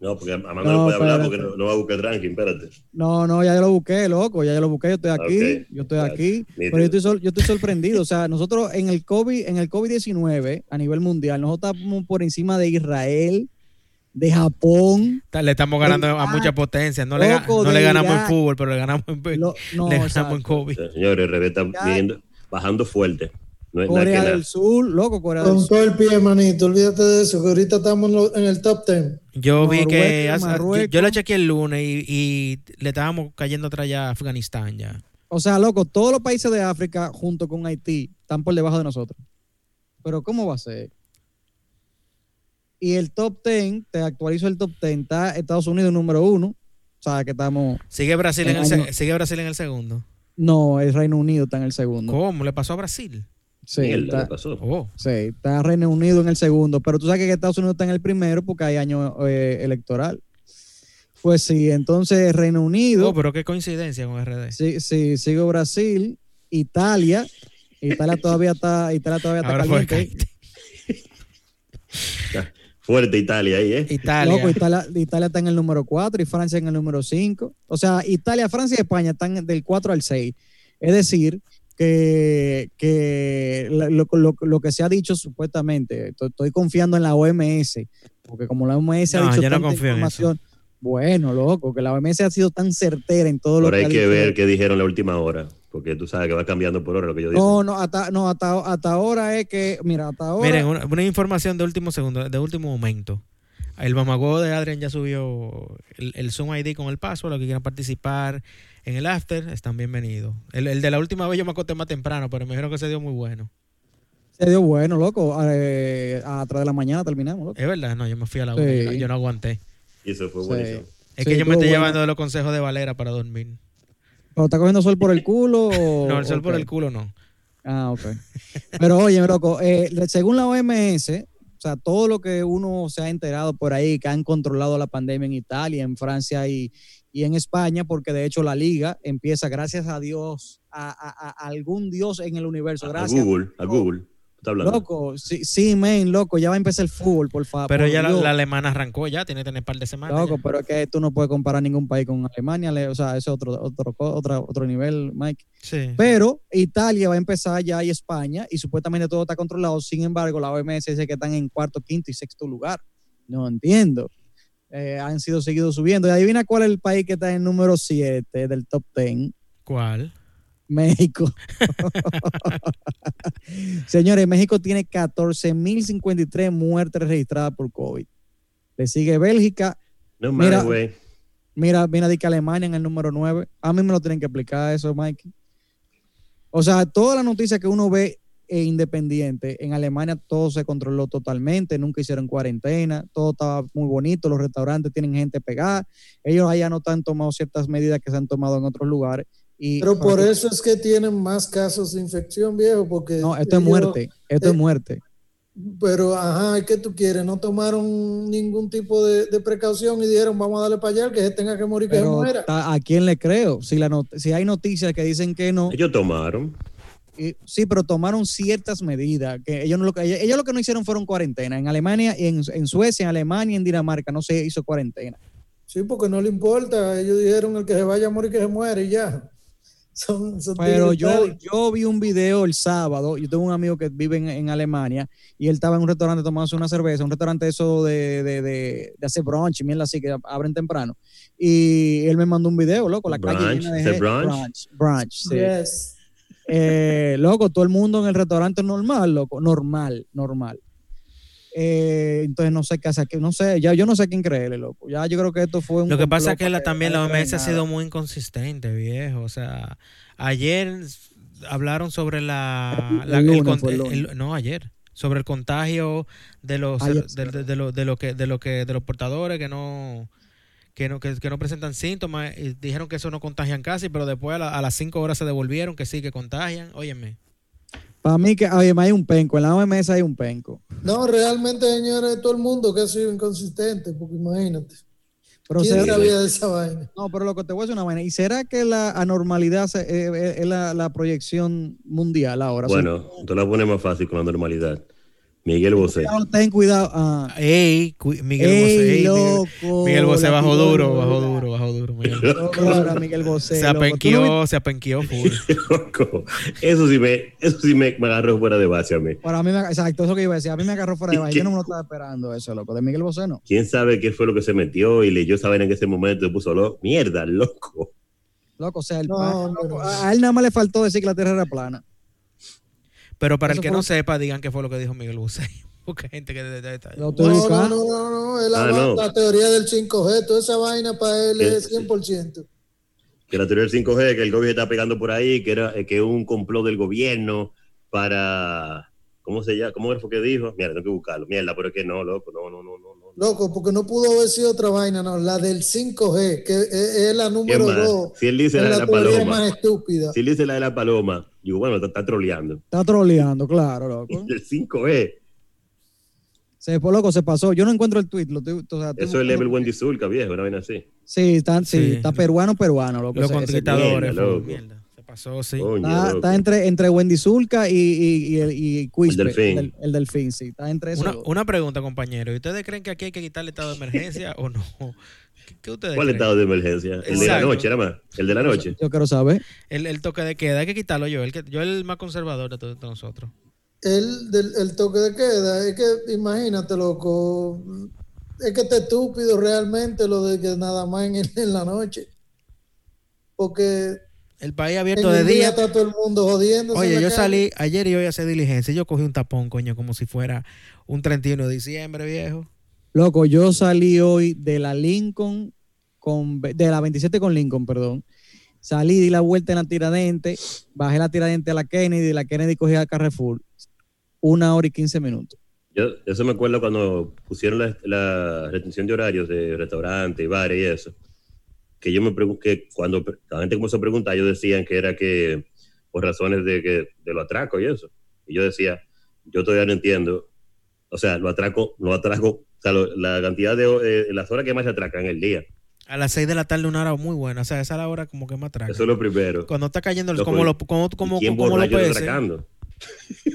A: No, porque Amanda
B: No,
A: no, puede hablar
B: espérate.
A: porque no, no va a buscar el ranking, espérate.
B: no, no, ya yo lo busqué, loco, ya yo lo busqué, yo estoy aquí,
A: Ok.
B: yo estoy
A: Ya,
B: aquí.
A: nítido.
B: Pero yo estoy, sol- yo estoy sorprendido.
A: (laughs)
B: O sea, nosotros en el COVID, en el COVID-19 a nivel mundial, nosotros estamos por encima de Israel, de Japón.
C: Ta- Le estamos ganando a
B: Irán,
C: muchas potencias. No le, ga-
B: loco
C: no le
B: de
C: ganamos en
B: Irán.
C: fútbol, pero le ganamos en, (laughs) le
B: lo- no, o sea,
C: ganamos en COVID.
A: Eh, Señores, Rebe está
B: Ya.
A: viniendo- bajando fuerte. No es nada que
B: Corea
A: nada.
B: del Sur, loco, Corea del
D: Con
B: Sur.
D: todo el pie, manito. Olvídate de eso, que ahorita estamos en lo- en el top 10.
C: Yo vi que.
B: Noruega,
C: hace- yo,
B: Marruecos.
C: yo la chequeé el lunes y, y le estábamos cayendo atrás ya a Afganistán. ya.
B: O sea, loco, todos los países de África junto con Haití están por debajo de nosotros. Pero ¿cómo va a ser? Y el top 10, te actualizo el top 10, está Estados Unidos número uno. O sea, que estamos...
C: Sigue Brasil, en el, se-
B: Ay, no.
C: sigue Brasil en el segundo.
B: No, el Reino Unido está en el segundo.
C: ¿Cómo? ¿Le pasó a Brasil?
B: Sí,
A: Mierda,
B: está,
A: ¿qué pasó?
C: Oh.
B: sí, está Reino Unido en el segundo. Pero tú sabes que Estados Unidos está en el primero porque hay año eh, electoral. Pues sí, entonces Reino Unido...
C: Oh, pero qué coincidencia con RD.
B: Sí, sí, sigo Brasil, Italia. Italia todavía está, Italia todavía está
C: Ahora fue
B: caliente.
A: Fuerte Italia ahí, ¿eh?
C: Italia.
B: Loco, Italia, Italia está en el número 4 y Francia en el número 5. O sea, Italia, Francia y España están del 4 al 6. Es decir, que, que la- lo, lo- lo que se ha dicho supuestamente, to- estoy, confiando en la OMS, porque como la OMS
C: No,
B: ha dicho
C: yo no
B: tanta
C: confío en eso.
B: información, bueno, loco, que la OMS ha sido tan certera en todo lo
A: Ahora
B: que
A: hay
B: ha
A: que
B: dicho.
A: ver qué dijeron la última hora, porque tú sabes que va cambiando por hora lo que yo digo.
B: No, no, hasta, no hasta, hasta ahora es que, mira, hasta ahora...
C: Miren, una, una información de último segundo, de último momento. El mamagüevo de Adrian ya subió el, el Zoom ID con el password. Los que quieran participar en el after están bienvenidos. El, el de la última vez yo me acosté más temprano, pero me dijeron que se dio muy bueno.
B: Se dio bueno, loco. eh, a 3 de la mañana terminamos, loco.
C: Es verdad, no, yo me fui a la
B: Sí.
C: una, yo, yo no aguanté.
A: Y eso fue
B: Sí.
A: buenísimo.
B: Sí,
C: Es que yo me
B: estuvo
C: estoy
B: bueno.
C: llevando de los consejos de Valera para dormir.
B: ¿Pero está cogiendo sol por
C: (laughs)
B: el culo? o-
C: no, el sol por
B: Oh, ok?
C: el culo no.
B: Ah, ok. Pero oye, loco, eh, según la OMS, o sea, todo lo que uno se ha enterado por ahí, que han controlado la pandemia en Italia, en Francia y, y en España, porque de hecho la liga empieza, gracias a Dios, a, a- a algún Dios en el universo.
A: A
B: Gracias.
A: Google, a Google. ¿Tú estás hablando?
B: Loco, sí, sí, men, loco, ya va a empezar el fútbol, por favor.
C: Pero
B: Ah, por
C: ya la,
B: Dios.
C: la alemana arrancó ya, tiene que tener par de semanas.
B: Loco,
C: ya.
B: pero es que tú no puedes comparar ningún país con Alemania, le- o sea, ese es otro, otro, co- otra- otro nivel, Mike.
C: Sí.
B: Pero Italia va a empezar ya y España, y supuestamente todo está controlado, sin embargo, la OMS dice que están en cuarto, quinto y sexto lugar. No entiendo. Eh, han sido seguidos subiendo. Y adivina cuál es el país que está en número 7 del top 10.
C: ¿Cuál?
B: México. (laughs) Señores, México tiene 14.053 muertes registradas por COVID. Le sigue Bélgica,
A: No
B: Mira.
A: mames, güey.
B: Mira, mira, di que Alemania en el número 9. A mí me lo tienen que explicar eso, Mikey. O sea, todas las noticias que uno ve eh, independiente, en Alemania todo se controló totalmente, nunca hicieron cuarentena, todo estaba muy bonito, los restaurantes tienen gente pegada, ellos allá no han tomado ciertas medidas que se han tomado en otros lugares. Y
D: Pero por eso es que tienen más casos de infección, viejo, porque...
B: No, esto es
D: ellos-
B: muerte, esto es
D: eh,
B: muerte.
D: Pero, ajá, ¿qué tú quieres? No tomaron ningún tipo de, de precaución y dijeron, vamos a darle para allá, el que se tenga que morir, que se
B: Pero
D: muera.
B: ta- ¿a quién le creo? Si, la not- si hay noticias que dicen que no,
A: Ellos tomaron.
B: Eh, sí, pero tomaron ciertas medidas. Que ellos, no lo, que- ellos, ellos lo que no hicieron fueron cuarentena. En Alemania, y en, en Suecia, en Alemania y en Dinamarca no se hizo cuarentena.
D: Sí, porque no le importa. Ellos dijeron, el que se vaya a morir, que se muera y ya. (laughs) Son, son
B: Pero
D: tigres
B: yo,
D: tales.
B: yo vi un video el sábado. Yo tengo un amigo que vive en, en Alemania y él estaba en un restaurante tomándose una cerveza, un restaurante eso de, de, de, de hacer brunch, mierda así, que abren temprano. Y él me mandó un video, loco, la calle
A: Brunch,
B: llena de
A: ¿hacer
B: gente-
A: brunch?
B: brunch, brunch, sí.
D: Yes.
B: Eh, loco, todo el mundo en el restaurante normal, loco, normal, normal. Eh, entonces no sé qué hacer, que no sé, ya yo no sé a quién creerle, loco. Ya yo creo que esto fue un
C: Lo que pasa es
B: complot
C: que la,
B: para
C: también la
B: no creen
C: OMS ha
B: nada.
C: sido muy inconsistente, viejo. O sea, ayer s- hablaron sobre la...
B: El
C: la- el
B: lunes
C: con-
B: fue el
C: el-
B: lunes.
C: no, ayer. Sobre el contagio de los
B: Ayer,
C: de, de- de lo, de lo que de lo que de los portadores que no que no, que, que no presentan síntomas y dijeron que eso no contagian casi, pero después a, la- a las 5 horas se devolvieron que sí que contagian. Óyeme.
B: Para mí que además hay un penco, en la OMS hay un penco.
D: No, realmente, señores, todo el mundo que ha sido inconsistente, porque imagínate.
B: Pero
D: ¿Quién
B: será-
D: sabía de esa vaina?
B: no, pero lo que te voy a decir una vaina. ¿Y será que la anormalidad se- eh, eh, es la, la proyección mundial ahora?
A: Bueno, tú la pones más fácil con la normalidad. Miguel Bosé.
B: Cuidado, ten cuidado. Ah,
C: Ey, cu- Miguel
B: Ey,
C: Bosé. ey, Miguel-
B: loco,
C: Miguel Bosé
B: la
C: bajó
B: tiró,
C: duro,
B: loco.
C: bajó duro, bajó duro. Miguel.
A: (laughs)
B: loco, ahora Miguel Bosé.
C: Se
B: loco. ¿Tú no viste?
C: apenqueó, se apenqueó full.
A: Loco, Eso sí me, eso sí me, me agarró fuera de base a mí.
B: Para mí, me, exacto, eso que iba a decir. A mí me agarró fuera de
A: ¿Y
B: vaina.
A: qué?
B: Yo no me lo estaba esperando eso, loco. De Miguel Bosé no.
A: ¿Quién sabe qué fue lo que se metió y leyó esa vaina en ese momento y puso lo mierda, loco?
B: Loco, o sea, el
D: No,
B: pana,
D: no,
B: loco,
D: no.
B: A, a él nada más le faltó decir que la tierra era plana.
C: Pero para el
B: Eso
C: que
B: fue
C: no
B: lo-
C: sepa, digan qué fue lo que dijo Miguel Bosé. (laughs) Porque hay gente que de- de- detalle.
B: Lo estoy
D: No, no,
B: buscando.
D: no, no, no, es la,
A: Ah, no.
D: la teoría del 5G, toda esa vaina para él es
A: Es-
D: 100%.
A: Que la teoría del 5G, que el gobierno está pegando por ahí, que era eh, que un complot del gobierno para. ¿Cómo se llama? ¿Cómo fue que dijo? Mierda, tengo que buscarlo. Mierda, pero es que no, loco, no, no, no, no. no.
D: Loco, porque no pudo haber sido otra vaina, no, la del 5G, que es, es la
A: ¿Qué
D: número
A: más?
D: 2.
A: Si él dice la de
D: la,
A: la
D: teoría
A: paloma,
D: más estúpida.
A: si él dice la de la paloma, digo, bueno, está, está troleando.
B: Está troleando, claro, loco.
A: (laughs) El 5G,
B: Se, pues, loco, se pasó. Yo no encuentro el tweet. Lo estoy- o sea, estoy
A: eso es level
B: buscando-
A: Wendy Zulka, viejo, una vaina así.
B: Sí, está, sí,
C: Sí.
B: está peruano, peruano, loco.
C: Los
B: pues, Ese- ese-
C: conquistadores.
A: mierda,
C: full,
A: loco.
C: mierda. Se pasó, sí.
A: Coño,
B: Ah, Está,
A: loco.
B: está entre, entre Wendy Zulka y, y, y, el- y Quispe,
A: El delfín.
B: El, el delfín, sí. Está entre esos.
C: Una,
B: dos.
C: una pregunta, compañero. ¿Y ¿Ustedes creen que aquí hay que quitar el estado de emergencia o no? ¿Qué, qué ustedes
A: ¿Cuál
C: creen?
A: estado de emergencia? El de la
C: Exacto.
A: noche, nada más. El de la noche.
B: Yo quiero saber.
C: El, el toque de queda, hay que quitarlo yo. El que, yo el más conservador de todos nosotros.
D: El, del, el toque de queda, es que imagínate, loco, es que está estúpido realmente lo de que nada más en, en la noche. Porque
C: El país
D: en
C: abierto de
D: el día
C: día.
D: está todo el mundo jodiendo.
C: Oye, yo salí ayer y hoy a hacer diligencia. y Yo cogí un tapón, coño, como si fuera un 31 de diciembre, viejo.
B: Loco, yo salí hoy de la Lincoln, con, ve- de la 27 con Lincoln, perdón. Salí, di la vuelta en la tiradente, bajé la tiradente a la Kennedy, de la Kennedy cogí a Carrefour. Una hora y quince minutos.
A: Yo, eso me acuerdo cuando pusieron la, la retención de horarios de restaurantes y bares y eso. Que yo me pregunto, que cuando pre- la gente comenzó a preguntar, ellos decían que era que por razones de que de lo atraco y eso. Y yo decía, yo todavía no entiendo. O sea, lo atraco, lo atraco. O sea, lo- la cantidad de eh, las horas que más se atracan en el día.
C: A las 6 de la tarde, una hora muy buena. O sea, esa es la hora como que me atraca.
A: Eso es lo primero.
C: Cuando está cayendo, el-
A: Loco,
C: como,
A: ¿y-
C: lo, como, como,
A: ¿Y ¿Quién
C: como los
A: borracho está (laughs)
C: PS,
A: atracando?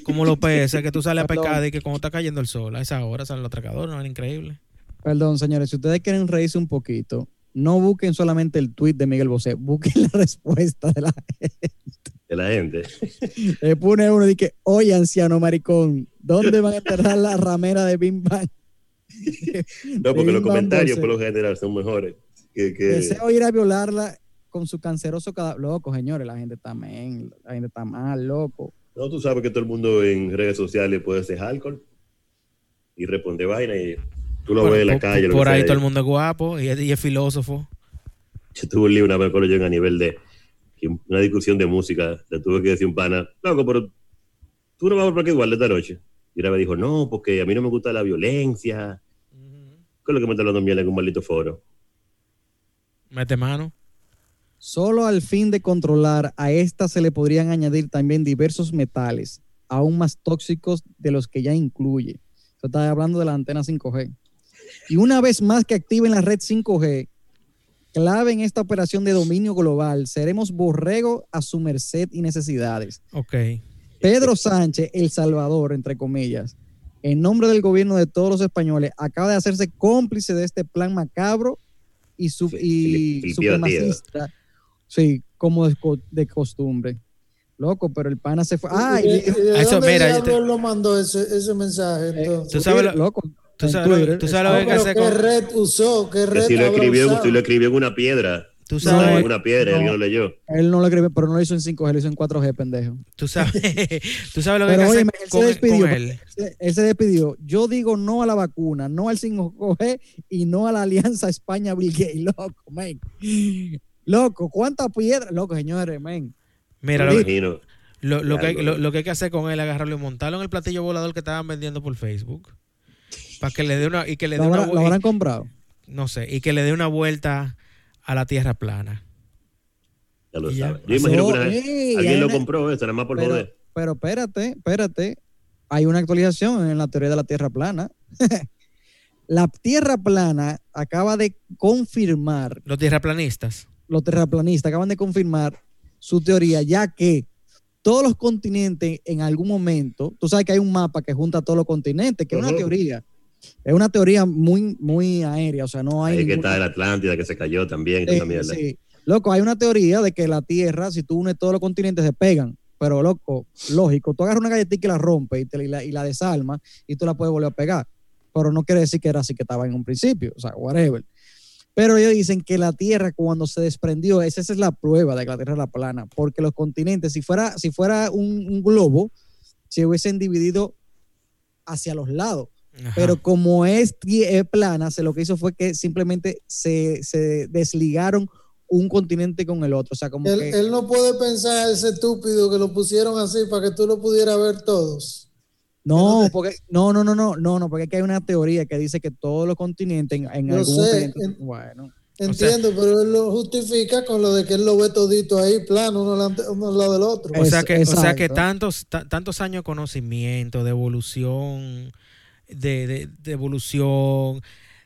C: como los PS, que tú sales a
B: Perdón.
C: pescar y que cuando está cayendo el sol, a esa hora salen los atracadores, ¿no? Era increíble.
B: Perdón, señores, si ustedes quieren reírse un poquito, no busquen solamente el tweet de Miguel Bosé, busquen la (laughs) respuesta de la
A: De la gente.
B: gente. Le pone uno y dice, oye, anciano maricón, ¿dónde van a enterrar la ramera de Bim Bam?
A: No, porque
B: Bim
A: los
B: Bam
A: comentarios
B: Bosé.
A: por lo general son mejores. Que, que-
B: Deseo ir a violarla con su canceroso cada loco, señores, la gente está men, la gente está mal, loco.
A: No, tú sabes que todo el mundo en redes sociales puede ser alcohol y responder vaina y tú lo
C: Bueno,
A: ves en la
C: por,
A: calle. lo
C: por
A: que
C: ahí
A: sea.
C: todo el mundo es guapo y es, y es filósofo.
A: Yo tuve un libro, una vez me acuerdo yo, en a nivel de que una discusión de música, le tuve que decir a un pana, loco, pero tú no vas a porque igual de esta noche. Y él me dijo, no, porque a mí no me gusta la violencia. ¿Qué es lo que me está hablando mierda en un maldito foro?
C: Mete mano.
B: Solo al fin de controlar, a esta se le podrían añadir también diversos metales, aún más tóxicos de los que ya incluye. Se está hablando de la antena 5G. Y una vez más que activen la red 5G, clave en esta operación de dominio global, seremos borrego a su merced y necesidades.
C: Ok.
B: Pedro Sánchez, El Salvador, entre comillas, en nombre del gobierno de todos los españoles, acaba de hacerse cómplice de este plan macabro y, su, y
A: Fili- Filipino,
B: supremacista. Sí, como de, co- de costumbre. Loco, pero el pana se fue. Ah,
D: Ay,
B: y dijo-
C: Eso, mira, este yo te-
D: él lo mandó ese, ese mensaje? Entonces?
C: tú sabes lo-
B: loco,
C: tú
B: en
C: sabes lo-
B: Twitter,
C: tú sabes lo
D: Ah,
C: que
D: pero
C: hace
D: ¿Qué
C: con-
D: red usó? ¿Qué
A: Que
D: red
A: si lo
D: habrá
A: escribió,
D: usado?
A: si lo escribió en una piedra,
C: Tú
B: No, eh,
A: en
C: sabes,
A: una piedra,
B: no.
A: alguien lo leyó.
B: Él no lo escribió, pero no lo hizo en 5G, lo hizo en 4G, pendejo.
C: tú sabes, (laughs) tú sabes lo que
B: Pero
C: hace
B: oye, él se
C: con,
B: despidió.
C: con
B: porque
C: él.
B: se- él se despidió. Yo digo no a la vacuna, no al 5G y no a la alianza España-Bill Gates. (laughs) Loco, men. Loco, ¿cuántas piedras? Loco, señores, men.
C: Mira,
A: Me
C: lo,
A: imagino.
C: lo- lo que, hay-
A: Algo.
C: lo- lo que hay que hacer con él, agarrarlo y montarlo en el platillo volador que estaban vendiendo por Facebook. Para que le dé una, y que le
B: ¿Lo
C: dé una
B: habrán, lo
C: vuelta.
B: habrán comprado?
C: No sé, y que le dé una vuelta a la tierra plana.
A: Ya lo
C: Y ya
A: sabe. Yo imagino que
B: pasó.
A: una-
B: Ey,
A: alguien
B: hay
A: lo
B: una-
A: compró, eso nada más por
B: Pero,
A: joder.
B: pero espérate, espérate. hay una actualización en la teoría de la Tierra plana. (laughs) la Tierra plana acaba de confirmar,
C: Los tierraplanistas.
B: los terraplanistas acaban de confirmar su teoría, ya que todos los continentes en algún momento, tú sabes que hay un mapa que junta todos los continentes, que es una
A: Ujú.
B: teoría. Es una teoría muy, muy aérea, o sea, no hay...
A: Ahí que
B: ninguna-
A: está el Atlántida que se cayó también. toda
B: Sí,
A: esa mierda.
B: sí. Loco, hay una teoría de que la Tierra, si tú unes todos los continentes, se pegan. Pero, loco, lógico, tú agarras una galletita y la rompes y, te- y la, y la desarmas y tú la puedes volver a pegar. Pero no quiere decir que era así que estaba en un principio, o sea, whatever. Pero ellos dicen que la Tierra cuando se desprendió, esa, esa es la prueba de que la Tierra era plana, porque los continentes, si fuera, si fuera un, un globo, se hubiesen dividido hacia los lados.
C: Ajá.
B: Pero como es, tie- es plana, se lo que hizo fue que simplemente se, se desligaron un continente con el otro. O sea, como
D: Él,
B: que
D: él no puede pensar ese estúpido que lo pusieron así para que tú lo pudieras ver todos.
B: no, porque no, no, no, no, no, no, porque aquí hay una teoría que dice que todos los continentes en, en
D: Yo
B: algún
D: sé,
B: momento-
D: en-
B: bueno,
D: Entiendo, pero él lo justifica con lo de que él lo ve todito ahí, plano, uno, delante- uno al lado del otro.
C: O sea
B: Es-
C: que, o sea que
B: pues, exacto.
C: tantos, ta- tantos años de conocimiento, de evolución, de, de- de evolución,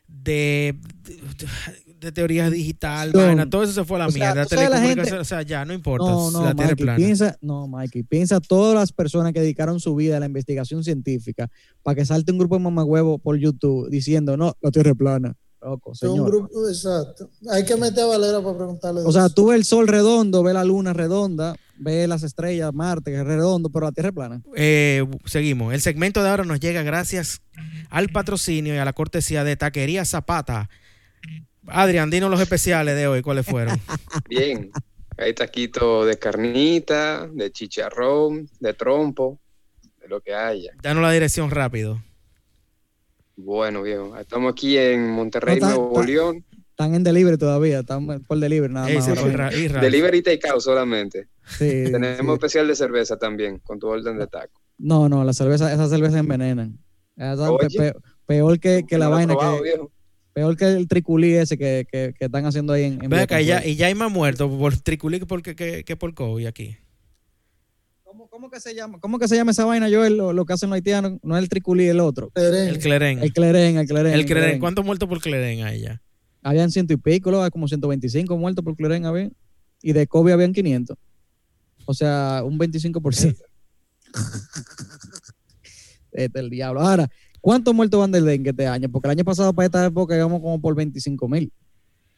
C: de, de- de teorías digital,
B: Son-
C: vaina, todo eso se fue a la
B: o sea,
C: mierda.
B: tú sabes, la gente-
C: Telecomunicaciones, o sea, ya no importa,
B: no, no,
C: la tierra es
B: Mikey,
C: plana.
B: piensa, no, Mikey, piensa todas las personas que dedicaron su vida a la investigación científica para que salte un grupo de mamagüevo por YouTube diciendo, no, la Tierra es plana, loco,
D: Es un
B: señor.
D: grupo, exacto. Hay que meter a Valera para preguntarle. de
B: O sea,
D: eso.
B: tú ves el sol redondo, ves la luna redonda, ves las estrellas, Marte, que es redondo, pero la Tierra es plana.
C: Eh, seguimos. El segmento de ahora nos llega gracias al patrocinio y a la cortesía de Taquería Zapata. Adrián, dinos los especiales de hoy,
B: (laughs)
C: ¿cuáles fueron?
G: Bien, hay taquito de carnita, de chicharrón, de trompo, de lo que haya.
C: Danos la dirección rápido.
G: Bueno, viejo, estamos aquí en Monterrey,
B: No, está-
G: Nuevo
B: está-
G: León.
B: Están en delivery todavía, están por delivery nada
C: Ey,
B: más.
C: se
B: ahora
C: fue
B: mismo.
C: Ra- y Ra-
G: Delivery y takeout solamente.
B: Sí,
G: Tenemos
B: sí.
G: especial de cerveza también, con tu orden de taco.
B: No, no, la cerveza, esas cervezas envenenan. Esas pe-
G: Oye.
B: pe- peor que, que la
G: No lo he
B: vaina,
G: probado,
B: que,
G: viejo.
B: peor que el triculí ese que, que- que están haciendo ahí en, pues. en
C: Ve acá, y ya,
B: Villaconsuelo.
C: y ya hay más muertos por triculí que por, que, que- que por COVID aquí.
B: ¿Cómo, cómo que se llama, ¿Cómo que se llama esa vaina, Joel? Lo, lo que hacen los haitianos, no es el triculí, el otro.
D: Terén.
C: El clerén.
B: El clerén, el clerén.
C: El clerén. ¿Cuántos muertos por clerén hay ya?
B: Habían ciento y pico, luego como 125 muertos por clerén había. Y de COVID habían 500. O sea, un 25%. este el diablo. Ahora, ¿cuántos muertos van del dengue este año? Porque el año pasado para esta época íbamos como por 25 mil.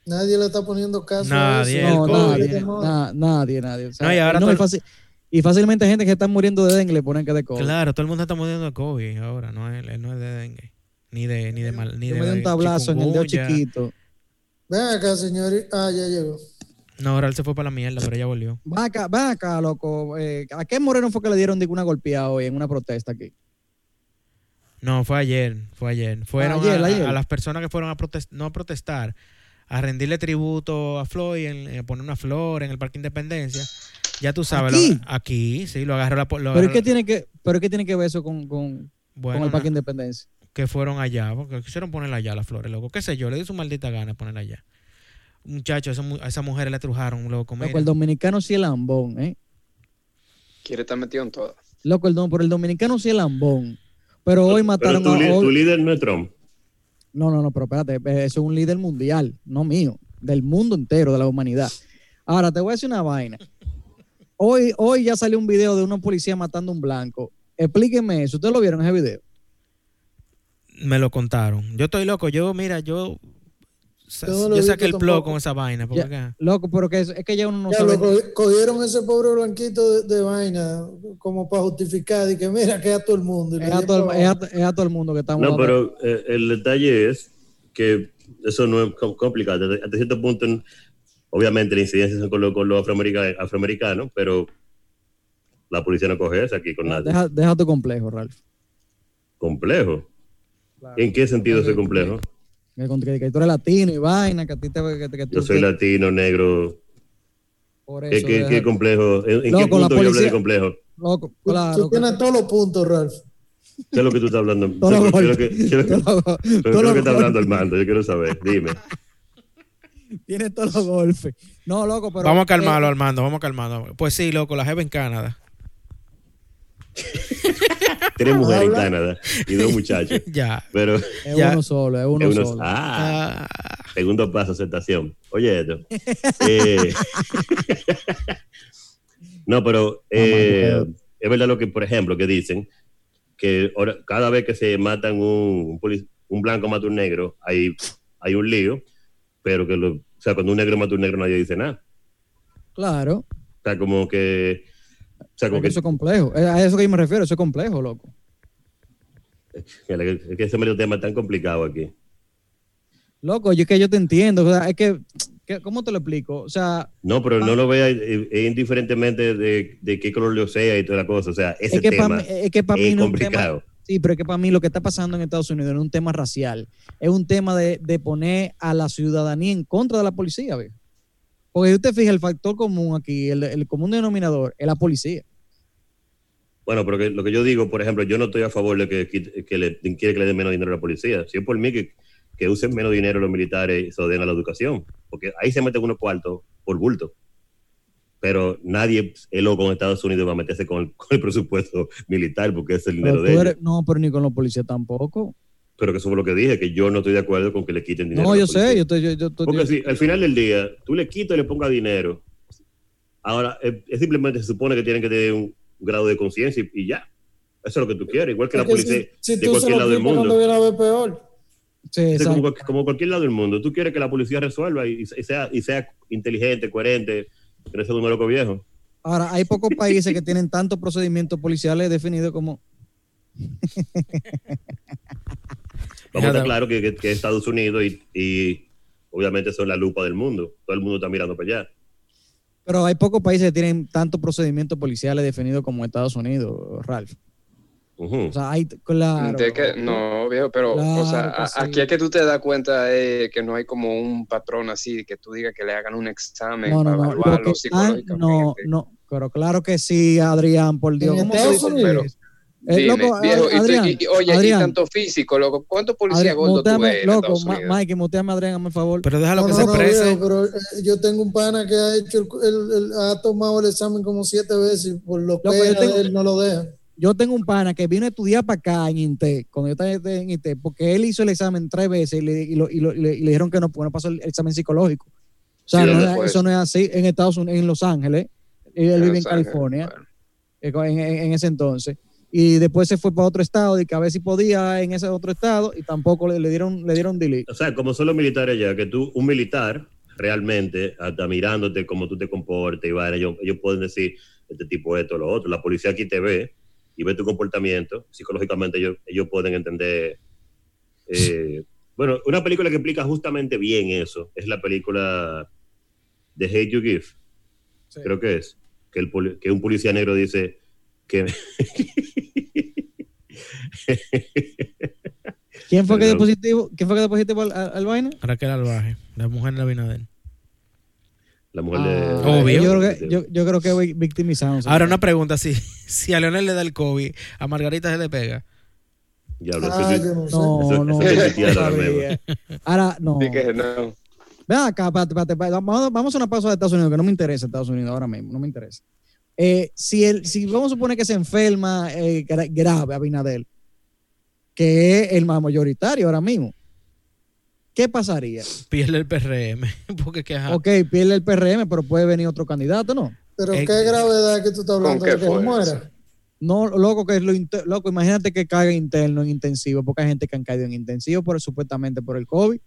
D: Nadie le está poniendo caso
C: Nadie,
D: a eso.
C: el
B: No,
C: COVID.
B: nadie, na- nadie, nadie. O sea,
C: No, y ahora todo
B: y,
C: el-
B: fácil- y fácilmente gente que está muriendo de dengue le ponen que de COVID.
C: Claro, todo el mundo está muriendo de COVID ahora, no es, no es de dengue. Ni de, ni de mal, ni
B: Yo
C: de
B: me di un tablazo en el dedo
C: chikungunya.
B: chiquito.
D: Ven acá, señor. Ah, ya llegó.
C: No, ahora él se fue para la mierda, pero ya volvió.
B: Va acá, va acá, loco. Eh, ¿A qué moreno fue que le dieron digo, una golpeada hoy en una protesta aquí?
C: No, fue ayer, fue ayer. Fueron
B: ayer,
C: a, a-
B: ayer.
C: a las personas que fueron a protestar, no a protestar, a rendirle tributo a Floyd, en- en poner una flor en el Parque Independencia. Ya tú sabes, lo-
B: ¿Aquí?
C: aquí sí, lo agarró la po- lo
B: ¿Pero
C: agarró-
B: qué tiene que, pero qué tiene que ver eso con, con,
C: bueno,
B: con el Parque
C: na-
B: Independencia?
C: que fueron allá, porque quisieron ponerla allá las flores, loco. Qué sé yo, le dio su maldita gana ponerla allá. Muchacho, esa mu- a esa mujer le trujaron, loco. mira.
B: Loco, el dominicano sí es lambón, ¿eh?
G: Quiere estar metido en todo.
B: Loco, el don, pero el dominicano sí es lambón. Pero hoy
A: Pero
B: mataron
A: tu, li-
B: a. hoy-
A: tu líder no es Trump.
B: No, no, no, pero espérate, eh, eso es un líder mundial, no mío, del mundo entero, de la humanidad. Ahora, te voy a decir una vaina. Hoy, hoy ya salió un video de una policía matando a un blanco. Explíqueme eso, ¿ustedes lo vieron ese video?
C: Me lo contaron. Yo estoy loco. Yo, mira, yo. sa-
D: Yo no lo
C: yo
D: he
C: saqué el
D: visto
C: plug
D: tampoco.
C: con esa vaina. porque acá-
B: Loco, pero que es, es que ya uno no
D: Ya,
B: sabe.
D: lo co- cogieron ese pobre blanquito de, de vaina como para justificar y que mira que es a todo el mundo. y le
B: Es a,
D: dio
B: todo,
D: pa'
B: el- es
D: abajo.
B: a- es a todo el mundo que estamos
A: No,
B: dando-
A: pero eh, el detalle es que eso no es com- complicado. Hasta hasta cierto punto, en- obviamente, la incidencia son con los con los afroamerica- afroamericanos, pero la policía no coge eso aquí con nadie.
B: Ah, Deja, deja tu complejo, Ralph.
A: Complejo. ¿En qué sentido soy complejo?
B: Que, con- que- que tú eres latino y vaina, que a ti te. Que, que tú,
A: Yo soy
B: que-
A: latino, negro.
B: Por
A: ¿Qué,
B: eso.
A: qué-
B: deja-
A: qué complejo? ¿En, en qué
B: Loco, la
A: punto yo hablé
B: policía-
A: de complejo?
B: loco,
D: Tú-
B: claro,
D: tú
B: que-
D: tienes todos los puntos, Ralph.
A: ¿Qué es lo que tú estás
B: (laughs)
A: hablando? Yo
B: Todo lo
A: quiero
B: golpe.
A: que, quiero que-
B: Todo
A: pero
B: lo- todo
A: ¿qué es lo
B: lo
A: que está
B: golpe.
A: hablando el mando? Yo quiero saber. Dime.
B: Tiene todos los golpes. No, loco, pero.
C: vamos a
D: eh,
C: calmarlo, Armando. Vamos a calmarlo. Pues sí, loco, la jeva en Canadá.
A: Tres mujeres en
D: Habla.
A: Canadá y dos
B: (laughs)
A: muchachos.
C: ya.
A: Pero
B: Es
C: Ya.
B: uno solo, es uno
A: unos-
B: solo.
A: ah,
C: Ah,
A: segundo paso, aceptación. Oye,
B: (laughs)
A: esto. Eh, (laughs) no, pero eh, es verdad lo que, por ejemplo, que dicen que ahora, cada vez que se matan un, un, polic- un blanco mata un negro, hay, hay un lío, pero que lo, o sea, cuando un negro mata un negro nadie dice nada.
B: Claro.
A: O sea, como que... O sea, como
B: Porque
A: que,
B: eso es complejo. Eh, A eso que yo me refiero, eso es complejo, loco.
A: es que ese medio tema es tan complicado aquí.
B: Loco, yo es que yo te entiendo. o sea, es que, que- ¿cómo te lo explico? O sea,
A: No, pero
B: Ah.
A: no lo vea eh, eh, indiferentemente de, de qué color le sea y toda la cosa. O sea, ese
B: es que
A: tema
B: para mí, es que pa' mí
A: es
B: no es un tema-
A: complicado.
B: Sí, pero es que para mí lo que está pasando en Estados Unidos no es un tema racial, es un tema de, de poner a la ciudadanía en contra de la policía, viejo. Porque si usted fija el factor común aquí, el, el común denominador es la policía.
A: Bueno, pero que- lo que yo digo, por ejemplo, yo no estoy a favor de que, quit- que le, de- quiere que le den menos dinero a la policía. Si es por mí que, que usen menos dinero los militares y se lo den a la educación. Porque ahí se meten unos cuartos por bulto. Pero nadie es loco en Estados Unidos va a meterse con el, con el presupuesto militar porque es el
B: Pero
A: dinero
B: tú
A: de ellos.
B: eres- no, pero ni con los policías tampoco.
A: Pero que eso fue lo que dije, que yo no estoy de acuerdo con que le quiten dinero.
B: No,
A: a la
B: yo sé,
A: policía.
B: yo estoy... Yo, yo estoy-
A: Porque si al final del día tú le quitas y le pongas dinero, ahora es, es simplemente se supone que tienen que tener un grado de conciencia y, y ya. Eso es lo que tú quieres, igual que la
D: Porque si-
A: policía
D: si,
A: de
D: tú se
A: cualquier
D: lo
A: lado del
D: quitas,
A: mundo.
D: No lo hubiera ver peor.
B: Sí,
A: Este,
B: exacto.
A: como, cual- como cualquier lado del mundo. Tú quieres que la policía resuelva y, y sea, y sea inteligente, coherente, que no sea un loco viejo.
B: Ahora, hay pocos países que tienen tantos procedimientos policiales definidos como...
A: Vamos a estar
C: Nada.
A: claro que, que- que Estados Unidos y, y obviamente son la lupa del mundo. Todo el mundo está mirando para allá.
B: Pero hay pocos países que tienen tantos procedimientos policiales definidos como Estados Unidos, Ralph.
A: Ujú.
B: O sea, hay... Claro.
G: De que- no, viejo, pero o
B: Claro
G: sea,
B: que
G: a-
B: sí.
G: aquí es que tú te das cuenta eh, que no hay como un patrón así, que tú digas que le hagan un examen
B: No, no,
G: para
B: no. lo
G: evaluarlo
B: que están-
G: psicológicamente.
B: no, no. Pero claro que sí, Adrián, por Dios.
D: En
B: ¿Cómo
D: Estados
B: tú dices
D: Unidos.
B: eso? Eh,
G: Dime,
B: loco,
G: viejo, y tú-
B: Adrián,
G: y- y- oye,
B: Adrián.
G: y tanto físico, loco, ¿cuántos policías
B: Adrián,
G: gordos tú ves
B: muteame,
G: en
B: loco,
G: Estados
B: Ma-
G: Unidos?
B: Mike, muteame, Adrián, hazme el favor.
C: pero déjalo
D: No,
C: que
D: no,
C: se
D: no,
C: exprese.
D: viejo, pero, eh, yo tengo un pana que ha hecho el, el- el- ha tomado el examen como siete veces y por lo que
B: Loco, yo
D: era
B: tengo-
D: de él no lo deja.
B: Yo tengo un pana que vino a estudiar para acá en INTE, cuando yo estaba en INTE, porque él hizo el examen tres veces y le, y lo- y lo- y le- y le dijeron que no, porque no pasó el examen psicológico. O sea,
G: ¿Y
B: no
G: dónde
B: es-
G: fue
B: eso no es así en Estados Unidos, en Los Ángeles. Él vive
G: En
B: en
G: Los Ángeles,
B: California.
G: bueno.
B: eh, co- en, en- en ese entonces. Y después se fue para otro estado y que a ver si podía en ese otro estado y tampoco le, le dieron le dieron delete.
A: O sea, como son los militares allá, que tú, un militar, realmente, hasta mirándote cómo tú te comportes, y vaina, ellos, ellos pueden decir, este tipo esto, lo otro. La policía aquí te ve y ve tu comportamiento. Psicológicamente ellos, ellos pueden entender... eh, bueno, una película que explica justamente bien eso es la película de Hate You Give,
B: Sí.
A: creo que es, que, el, poli- que un policía negro dice que...
B: ¿Quién fue que dio
A: Perdón.
B: positivo? ¿Quién fue que dio positivo al, al- al vaina?
C: Raquel Albaje, la mujer de Abinader.
A: la mujer
B: Ah,
A: de...
C: Obvio.
B: Yo creo que, yo, yo creo que voy victimizando.
C: Ahora una pregunta, si, (laughs) si a Leonel le da el COVID, a Margarita se le pega.
A: Diablo, eso
D: Ah,
A: sí-
D: yo no sé.
B: No,
A: Eso- eso
B: no,
A: es
B: no
A: mentira, la
B: sabía. Ahora, no.
G: Así que no.
B: Ven acá, espérate, espérate, espérate. Vamos, vamos a una pausa de Estados Unidos, que no me interesa Estados Unidos ahora mismo, no me interesa. Eh, si, el, si vamos a suponer que se enferma eh, gra- grave Abinader, que es el más mayoritario ahora mismo, ¿qué pasaría?
C: Pierde el PRM. (laughs) Porque que,
A: Ah.
C: ajá.
B: Ok, pierde el PRM, pero puede venir otro candidato, ¿no?
D: Pero
C: Eh,
D: qué gravedad que tú estás hablando
G: qué
D: de que se
G: fue
D: muera.
B: No, loco, que es lo inte- loco, imagínate que caiga interno en intensivo, porque hay gente que han caído en intensivo por, supuestamente por el COVID.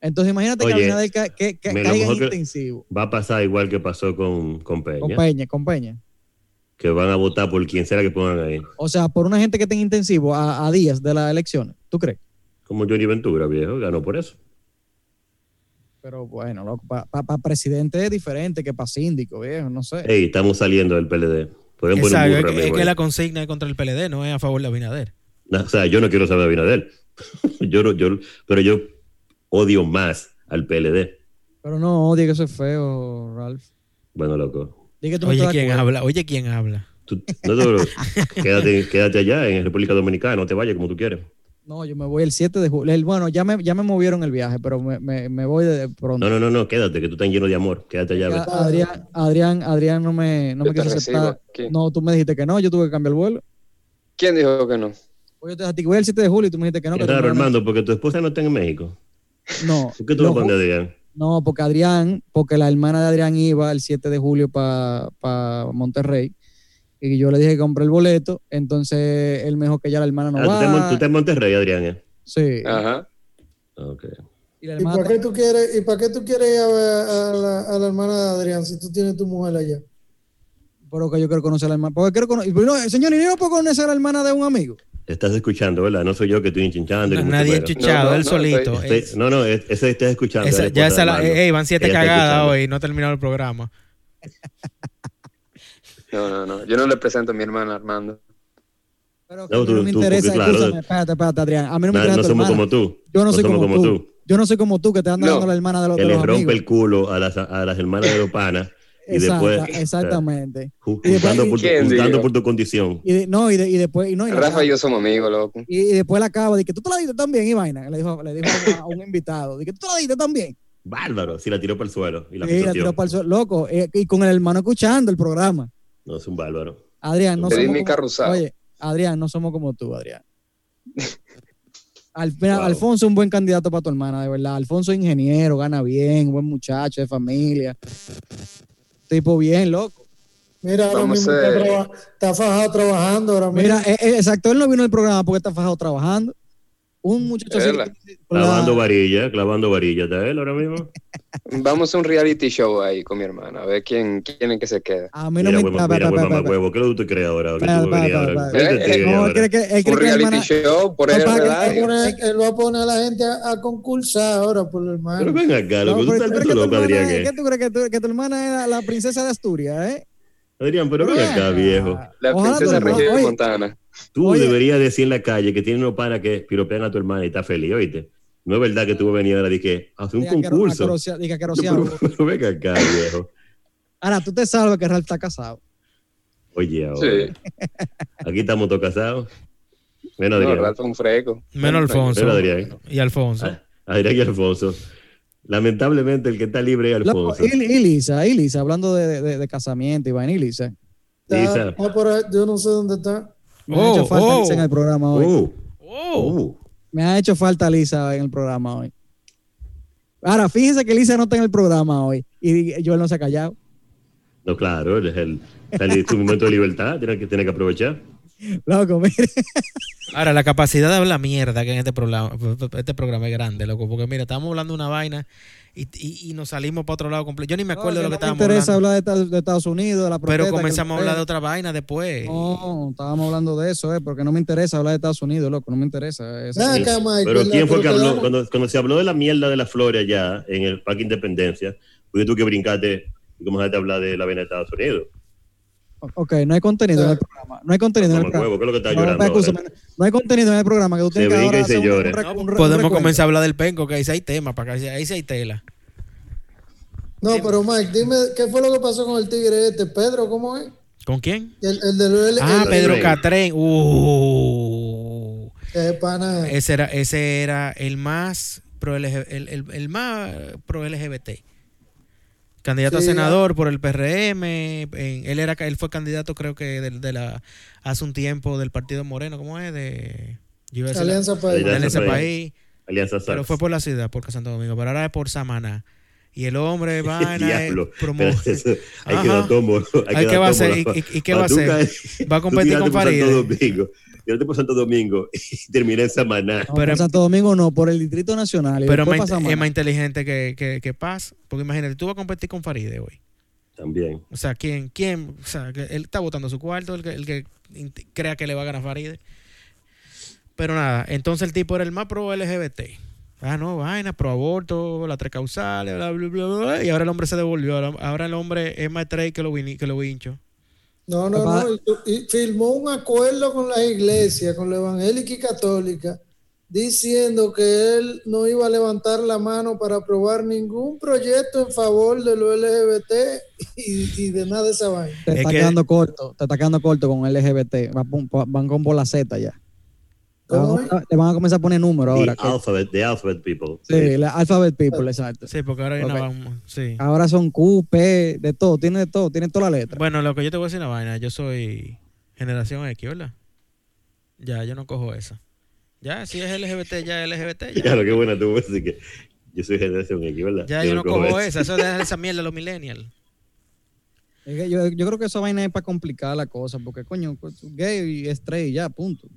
B: Entonces imagínate
A: Oye,
B: que Abinader ca- que- que
A: me- lo
B: caiga en
A: mejor que-
B: intensivo.
A: va a pasar igual que pasó con, con Peña,
B: Con Peña, con Peña.
A: que van a votar por quien sea que pongan ahí,
B: O sea, por una gente que esté en intensivo a, a días de las elecciones, ¿tú crees?
A: como Johnny Ventura, viejo, ganó por eso.
B: Pero bueno, loco, para presidente es diferente que para síndico, viejo, no sé.
A: Ey, estamos saliendo del PLD. Pueden poner un
C: Exacto,
A: burro
C: es, que- es
A: mismo
C: que
A: ahí.
C: la consigna es contra el PLD, no es a favor de Abinader.
A: No, O sea, yo no quiero saber a Abinader. (laughs) yo, no- yo, pero yo odio más al PLD.
B: Pero no odie que eso es feo, Ralph.
A: Bueno, loco.
B: Di que tú no
C: Oye,
B: estás de
C: ¿quién
B: acuerdo.
C: habla? Oye, ¿quién habla?
A: Tú- no te- pero quédate, quédate allá en República Dominicana, no te vayas como tú quieres.
B: No, yo me voy el 7 de julio. El- Bueno, ya me, ya me movieron el viaje, pero me, me- me voy de pronto.
A: No, no, no, no, quédate, que tú estás lleno de amor. Quédate allá.
B: Ya,
A: ve.
B: Adrián, Adrián, Adrián no me, no
G: Yo
B: me
G: te
B: quiso
G: recibo
B: aceptar.
G: aquí.
B: No, tú me dijiste que no, yo tuve que cambiar el vuelo.
G: ¿Quién dijo que no?
B: Pues yo te activé el 7 de julio y tú me dijiste que no.
A: Es
B: que tú
A: raro,
B: no-
A: hermano, porque tu esposa no está en México.
B: No.
A: ¿Por qué tú
B: lo
A: no pones
B: ju-
A: a Adrián?
B: No, porque Adrián, porque la hermana de Adrián iba el 7 de julio para Monterrey. Y yo le dije que compré el boleto. Entonces él me dijo que ya la hermana no
A: Ah, tú estás en Mon-
B: va.
A: tú estás en Monterrey, Adrián. ¿eh?
B: Sí.
G: Ajá.
A: Ok.
B: Y la
D: ¿Y
B: hermana
D: para qué tú quieres, y para qué tú quieres ir a ver a la, a la hermana de Adrián si tú tienes tu mujer allá?
B: Pero que yo quiero conocer a la hermana. Porque quiero conocer. No, señor, ¿y yo no puedo conocer a la hermana de un amigo?
A: Estás escuchando, ¿verdad? No soy yo que estoy enchinchando.
C: Na-
A: como
C: Nadie
A: tú fueras.
C: enchuchado,
G: No, no,
C: él
G: no,
C: solito.
A: Estoy-
C: Es-
A: no, no, es- esa estás escuchando. pues,
C: esa-
A: la esposa
C: ya esa
A: de
C: la,
A: Armando.
C: eh, eh, van siete
A: Ella está
C: cagadas
A: escuchando.
C: hoy, no terminaron el programa.
G: No, no, no. Yo no le presento a mi hermana Armando.
B: Pero que
A: No,
B: a mí
A: tú-
B: no me
A: tú,
B: interesa.
A: porque claro.
B: escúchame, espérate, espérate, Adrián. A mí no
A: Na-
B: me interesa.
A: no
B: tu
A: somos como
B: hermana.
A: tú.
B: Yo no,
A: no
B: soy
A: somos
B: como,
A: como
B: tú.
A: tú.
B: Yo no soy como tú que te andas
G: No,
B: dando la hermana de los,
A: Que
B: de
A: les
B: los
A: rompe
B: amigos.
A: el culo a las, a las hermanas de los panas y
B: Exacta-
A: después-
B: exactamente.
A: ju-
B: Y después-
A: juntando por, tu-
G: ¿Quién
A: juntando
G: dijo?
A: por tu condición.
B: Y de- no, y, de- y después, y no, y la-
G: Rafa y yo somos amigos, loco.
B: Y, y después la acaba, de que tú te la diste también, y vaina. Le dijo, le dijo a un invitado, de que tú te la diste también.
A: Bárbaro, si la tiró para el suelo. Y la
B: Y la
A: pisoteó.
B: tiró para el suelo, loco. eh, y con el hermano escuchando el programa.
A: No, es un bárbaro.
B: Adrián, no
G: Te di
B: somos
G: mi
B: como,
G: carro usado.
B: Oye, Adrián, no somos como tú, Adrián. Al- mira,
A: Wow.
B: Alfonso es un buen candidato para tu hermana, de verdad. Alfonso es ingeniero, gana bien, buen muchacho, de familia. Tipo bien, loco.
D: Mira, ahora
G: Vamos
D: mismo
G: a
D: está,
G: ver.
D: traba- está fajado trabajando ahora mismo.
B: Mira, eh, eh, exacto, él no vino al programa porque está fajado trabajando. Un muchacho así
G: Ela.
B: que-
A: Clavando
B: Claro.
A: varilla, clavando varilla. ¿Está él ahora mismo?
G: Vamos a un reality show ahí con mi hermana, a ver quién, quién es que se queda.
B: A mí no
A: Mira,
B: me
A: buen mira,
B: espera, espera,
A: buen
B: espera, espera.
A: mamacuevo. ¿Qué es lo que tú crees ahora? ¿Qué tú
B: Espera,
A: vas a venir
B: espera,
A: ahora?
B: espera,
A: ¿Qué tú te crees
B: No, él
A: ahora?
B: cree eh, que, él cree
G: Un
B: que la
G: reality
B: hermana-
G: show por
B: No,
G: ahí,
B: para que-
G: ¿verdad?
D: Él va a poner- él va a poner a la gente a, a concursar ahora por el
A: Pero
D: hermano.
A: ven acá,
B: No,
A: loco. Tú
B: pero
A: estás
B: ¿tú crees que
A: loco,
B: tu hermana
A: Adrián.
B: es-
A: ¿eh?
B: ¿Qué tú crees que tu, que tu hermana era la princesa de Asturias, eh?
A: Adrián, pero ven
B: Pero
A: acá,
B: venga.
A: viejo.
G: La
B: Ojalá tu
G: princesa
B: hermana-
G: Regina de
B: oye,
G: Montana.
A: Tú
B: Oye.
A: deberías decir en la calle que tiene unos panas que piropean a tu hermana y está feliz, oíste. No es verdad que tú venías ahora y que hace un
B: diga que-
A: concurso.
B: aquerosia- diga que
A: Pero,
B: arociado.
A: (laughs) pero ven acá, viejo.
B: Ahora, tú te sabes que Ralph está casado.
A: Oye, ahora.
G: Sí.
A: Aquí estamos todos casados. Menos
G: No,
A: Adrián.
G: Rafa un freco.
C: Menos Alfonso.
A: Pero Adrián.
C: Y Alfonso.
A: Ah, Adrián y Alfonso. Lamentablemente el que está libre es
B: Loco,
A: Alfonso.
B: y, y Lisa, y Lisa, hablando de, de- de casamiento, Iván, y Lisa.
D: Está-
A: Lisa.
D: está por ahí, yo no sé dónde está.
B: Me ha hecho falta Lisa en el programa hoy.
A: Oh,
C: oh.
A: oh.
B: Me ha hecho falta Lisa en el programa hoy. Ahora, fíjense que Lisa no está en el programa hoy. Y yo no se ha callado.
A: No, claro, es el, el- tu momento de libertad, tienes que, tienes que aprovechar.
B: Loco, mire.
C: Ahora, la capacidad de hablar mierda que en este programa, este programa es grande, loco. Porque mira, estábamos hablando de una vaina y, y- y nos salimos para otro lado completo. Yo ni me acuerdo de lo que
B: no me
C: estábamos
B: interesa
C: hablando.
B: hablar de, Estados- de Estados Unidos, de la protesta.
C: Pero
B: que-
C: comenzamos a hablar de otra vaina después.
B: No, estábamos hablando de eso, eh, porque no me interesa hablar de Estados Unidos, loco, no me interesa. Esa-
D: Ven Ah, acá, Mike,
A: Pero
D: ¿verdad?
A: ¿quién fue
D: Pero
A: que habló?
D: quedamos-
A: Cuando, cuando se habló de la mierda de las flores allá en el Parque Independencia, pues tú que brincaste y comenzaste a hablar de la vena de Estados Unidos.
B: Ok, no hay contenido en el programa. No hay contenido en el
A: Mamá
B: programa.
A: huevo, ¿qué es lo que estás
B: No,
A: llorando?
B: espera,
A: ahora?
B: escúchame, no hay contenido en el programa que tú tienes
A: Se
B: que
A: brinca
B: ahora
A: y se
B: hacer un-
A: llora.
B: un rec- un re- un
C: Podemos
B: recuento.
C: comenzar a hablar del penco, que ahí sí hay tema, para que ahí sí hay tela.
D: No, pero Mike, dime, ¿qué fue lo que pasó con el tigre este? Pedro, ¿cómo es?
C: ¿Con quién?
D: El, el del el-
C: Ah,
A: el-
C: Pedro
A: el-
C: Catrén. Uh.
D: el- eh, pana.
C: Ese era, ese era el más pro LG el, el- el más pro LGBT. Candidato
D: Sí,
C: a senador por el PRM. en- él era él fue candidato, creo que de, de la hace un tiempo del partido Moreno, ¿cómo es? De yo iba a decir la-
D: Alianza para
C: de
A: Alianza
C: Alianza
A: País.
C: País.
A: Alianza Sachs. (laughs)
C: Pero fue por la ciudad, por Santo Domingo, pero ahora es por Samaná. Y el hombre va en la-
A: Diablo.
C: promo-
A: Espérate, (laughs) eso- Hay que
C: eh, Ajá.
A: dar tombo.
C: Ay, ¿qué
A: dar
C: va a
A: tombo
C: hacer?
A: la-
C: ¿Y- y- y qué va a
A: Batuca
C: hacer?
A: es-
C: Va a competir
A: tú tiraste
C: con
A: por
C: Farideh.
A: Santo Domingo. Yo por Santo Domingo (laughs) y terminé en Samaná.
B: No,
C: Pero-
B: por Santo Domingo no, por el Distrito Nacional. y
C: Pero es
B: después
C: más,
B: pasa
C: es
B: Maná.
C: más inteligente que, que, que Paz. Porque imagínate, tú vas a competir con Faride hoy.
A: También.
C: O sea, ¿quién? quién o sea, que él está votando su cuarto, el que, el que int- crea que le va a ganar Faride. Pero nada, entonces el tipo era el más pro LGBT. Ah, no, vaina, pro aborto, las tres causales, bla, bla, bla, bla. Y ahora el hombre se devolvió. Ahora, ahora el hombre es más straight que lo, vin- que lo vincho.
D: No, no,
B: Papá.
D: no. Y, tú- y firmó un acuerdo con las iglesias, con la evangélica y católica, diciendo que él no iba a levantar la mano para aprobar ningún proyecto en favor de los LGBT y, y de nada de esa vaina.
B: Te
C: es
B: está
C: que-
B: quedando corto, te está quedando corto con LGBT. va pon- po- van con por la Z ya. Te van,
D: ¿Cómo es?
B: a- te van a comenzar a poner números
A: The
B: ahora.
C: ah,
B: que-
A: Alphabet, the Alphabet People. (laughs)
B: sí, la Alphabet People, exacto.
C: Sí, porque ahora hay una
B: Ok.
C: vaina- Sí.
B: Ahora son Q, P, de todo, tiene de todo, tiene toda la letra.
C: Bueno, lo que yo te voy a decir una vaina. Yo soy generación X, ¿verdad? Ya, yo no cojo esa. Ya, si es LGBT, ya es LGBT. (laughs) Ya,
A: Ya, lo que buena tú, así que yo soy generación X, ¿verdad?
C: Ya, yo, no cojo esa. Eso de esa mierda a los millennials.
B: Es que Yo, yo creo que esa vaina es para complicar la cosa, porque coño, pues, gay y straight, ya, punto.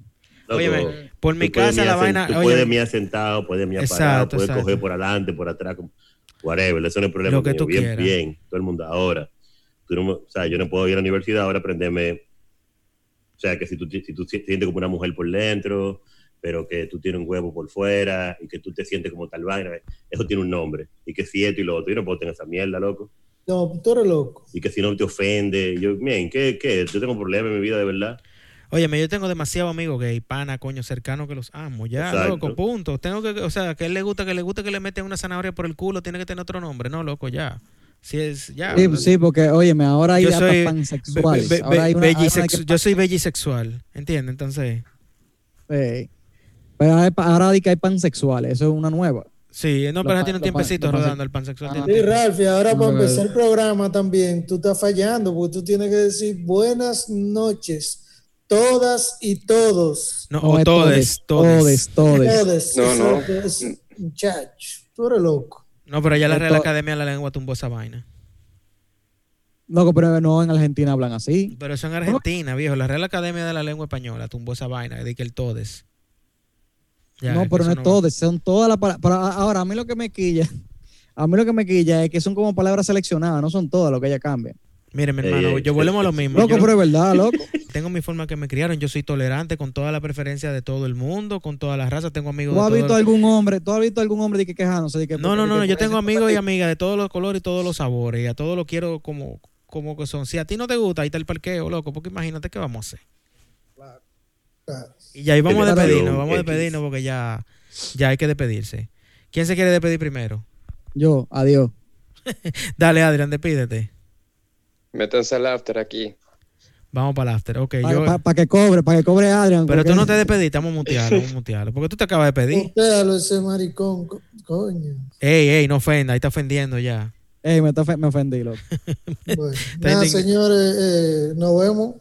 A: Loco,
C: Óyeme, por mi
A: tú puedes
C: casa la
A: mirar sen-
C: vaina-
A: Tú
C: oye-
A: puedes mirar sentado, puedes mirar parado,
C: Exacto,
A: puedes
C: exacto.
A: coger por adelante, por atrás, como- whatever, eso no es problema.
C: Lo que
A: mío.
C: tú
A: bien,
C: quieras.
A: bien, todo el mundo. Ahora, tú no me- o sea, yo no puedo ir a la universidad, ahora aprenderme. O sea, que si tú, ti- si tú si- sientes como una mujer por dentro, pero que tú tienes un huevo por fuera y que tú te sientes como tal vaina, eso tiene un nombre. Y que si esto y lo otro, yo no puedo tener esa mierda, loco
D: No, tú eres loco.
A: y que si no te ofende. Yo, miren, ¿qué, qué? Yo tengo problemas en mi vida, de verdad.
C: Óyeme, yo tengo demasiado amigos gay, pana, coño, cercano que los amo. Ya,
A: Exacto.
C: loco, punto. Tengo que, o sea, que a él le gusta, que le gusta que le meten una zanahoria por el culo, tiene que tener otro nombre. No, loco, ya. Si es, ya.
B: Sí, sí, porque, óyeme, ahora hay
C: Ah, Yo
B: hasta
C: soy
B: pansexuales.
C: Be- be-
B: ahora hay una- ahora hay que-
C: bellisexu- Yo soy bellisexual, ¿entiendes? Entonces,
B: Sí. Pero ahora hay pa- ahora di que hay pansexuales, eso es una nueva.
C: sí, no,
B: Lo
C: pero
B: pan-
C: tiene un
B: lo
C: tiempecito
B: pan- lo pan-
C: rodando el pansexual. tiene
B: Ah.
C: un
D: Sí,
C: tiempo.
D: Ralph, y ahora
B: No,
D: para empezar el
B: no.
D: programa también, tú estás fallando, porque tú tienes que decir buenas noches, todas y todos.
C: No,
B: No,
C: o
B: es
C: todes, todes.
B: Todes, todes.
D: Todes.
G: No, no.
D: exacto, es- Muchacho, tú eres loco.
C: No, pero ya la
B: Es
C: Real
B: to-
C: Academia de la Lengua tumbó esa vaina.
B: Loco, pero no en Argentina hablan así.
C: Pero eso en Argentina, viejo. La Real Academia de la Lengua Española tumbó esa vaina, de que el todes. Ya,
B: no,
C: que
B: pero
C: eso
B: no es todes, son todas las palabras. Pero a- ahora, a mí lo que me quilla, a mí lo que me quilla es que son como palabras seleccionadas, no son todas lo que ella cambia.
C: Mire, mi
A: Ey,
C: hermano,
A: ey,
C: yo volvemos a lo mismo.
B: Loco,
C: Yo no-
B: pero es
C: (laughs)
B: verdad, loco.
C: Tengo mi forma que me criaron. Yo soy tolerante con toda la preferencia de todo el mundo, con todas las razas. Tengo
B: ¿Tú
C: amigos de
B: has
C: todo
B: visto algún hombre, tú has visto algún hombre de que quejándose? De que,
C: No, no,
B: de
C: no, no,
B: que-
C: Yo tengo amigos y amigas de todos los colores y todos los sabores. Y a todos los quiero como, como que son. Si a ti no te gusta, ahí está el parqueo, loco. Porque imagínate qué vamos a hacer.
D: Ah,
C: Y ya ahí vamos a
A: Generación
C: despedirnos. Vamos a
A: X.
C: despedirnos porque ya, ya hay que despedirse. ¿Quién se quiere despedir primero?
B: Yo, adiós.
C: Dale, Adrián, despídete.
G: Métanse al after aquí.
C: Vamos para el after. Ok,
B: Para
C: yo.
B: que cobre, para que cobre Adrian.
C: Pero tú
B: porque-
C: no
B: (laughs)
C: te despediste, vamos a
A: (laughs)
C: mutearlo, vamos a mutearlo. Porque tú te acabas de pedir.
D: Putealo ese maricón, co- coño.
C: Ey, ey, no ofenda, ahí está ofendiendo ya.
B: Ey, me, está ofen- me ofendí,
C: (laughs)
B: loco.
D: Bueno,
C: indignado.
D: nada, señores, eh, nos vemos.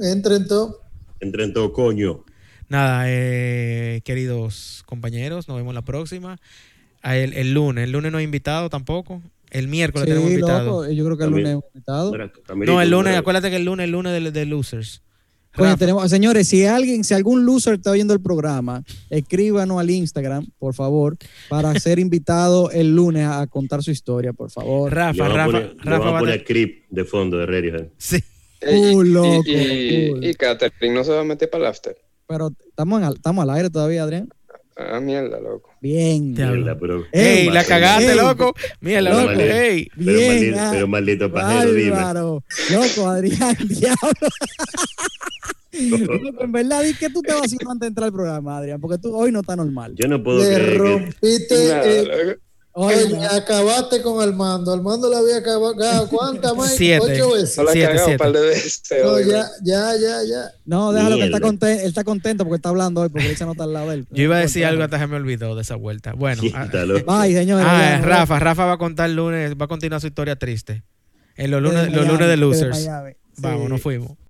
D: Entren todos.
A: Entren todo coño.
C: Nada, eh, queridos compañeros, nos vemos la próxima. Ah, El, el lunes, el lunes no hay invitado tampoco. El miércoles tenemos
B: Sí,
C: invitado.
B: loco, yo creo que el
A: También.
B: lunes hemos invitado.
A: Mira,
C: No,
A: Camerito,
C: el lunes,
A: mira,
C: acuérdate que el lunes, el lunes de, de losers.
B: Coño,
C: Rafa,
B: tenemos, señores, si alguien, si algún loser está oyendo el programa, escríbanos al Instagram, por favor,
C: (laughs)
B: para ser invitado el lunes a contar su historia, por favor.
A: Le
C: Rafa,
A: vamos a
C: Rafa,
A: poner, le
C: Rafa
A: vamos
C: va
A: a
C: a
A: poner
C: tener-
A: creep de fondo de Radiohead.
C: Sí.
G: Ey, Eh, y-
B: Cool,
G: y-
B: loco,
G: y,
B: cool.
G: y Catherine no se va a meter para el after.
B: Pero estamos, en al- estamos al aire todavía, Adrián.
G: Ah, mierda, loco.
B: Bien,
C: Ya.
A: Mierda, pero,
C: Ey,
B: Ey,
C: la cagaste,
B: ey.
C: loco. Mira,
A: Pero
C: loco,
A: maldito-
C: ey.
A: pero
B: Bien,
A: maldito-
B: ah,
A: pero maldito pajero, dime.
B: Álvaro. Loco, Adrián, (laughs) diablo.
C: (laughs)
B: Loco, en verdad, di que tú te vas haciendo antes de entrar al programa, Adrián, porque tú hoy no está normal.
A: Yo no puedo
D: Le
A: creer que
D: rompiste
G: Nada,
D: el
G: loco.
B: Hoy
D: Oye,
B: no.
D: acabaste con Armando. Armando la había acabado. ¿Cuántas más?
C: Siete.
D: Ocho veces.
G: No la he
C: Siete,
G: cagado
C: siete.
G: un par de veces.
D: No,
G: hoy,
D: ya, ya, ya, ya.
B: No, déjalo que él está,
A: Mierda.
B: contento, él está contento porque está hablando hoy, porque Elisa no está al lado de él.
C: Yo iba a decir
B: Por
C: algo,
B: favor.
C: hasta se me olvidó de esa vuelta. Bueno, ah,
A: Quita, loco.
B: Bye, señores.
C: ah,
B: Ya, nos
C: Rafa, Rafa va a contar el lunes, va a continuar su historia triste. En los
B: vemos.
C: lunes,
B: Desde
C: los lunes de
B: Miami, desde
C: losers.
B: Miami. Sí.
C: Vamos, nos fuimos.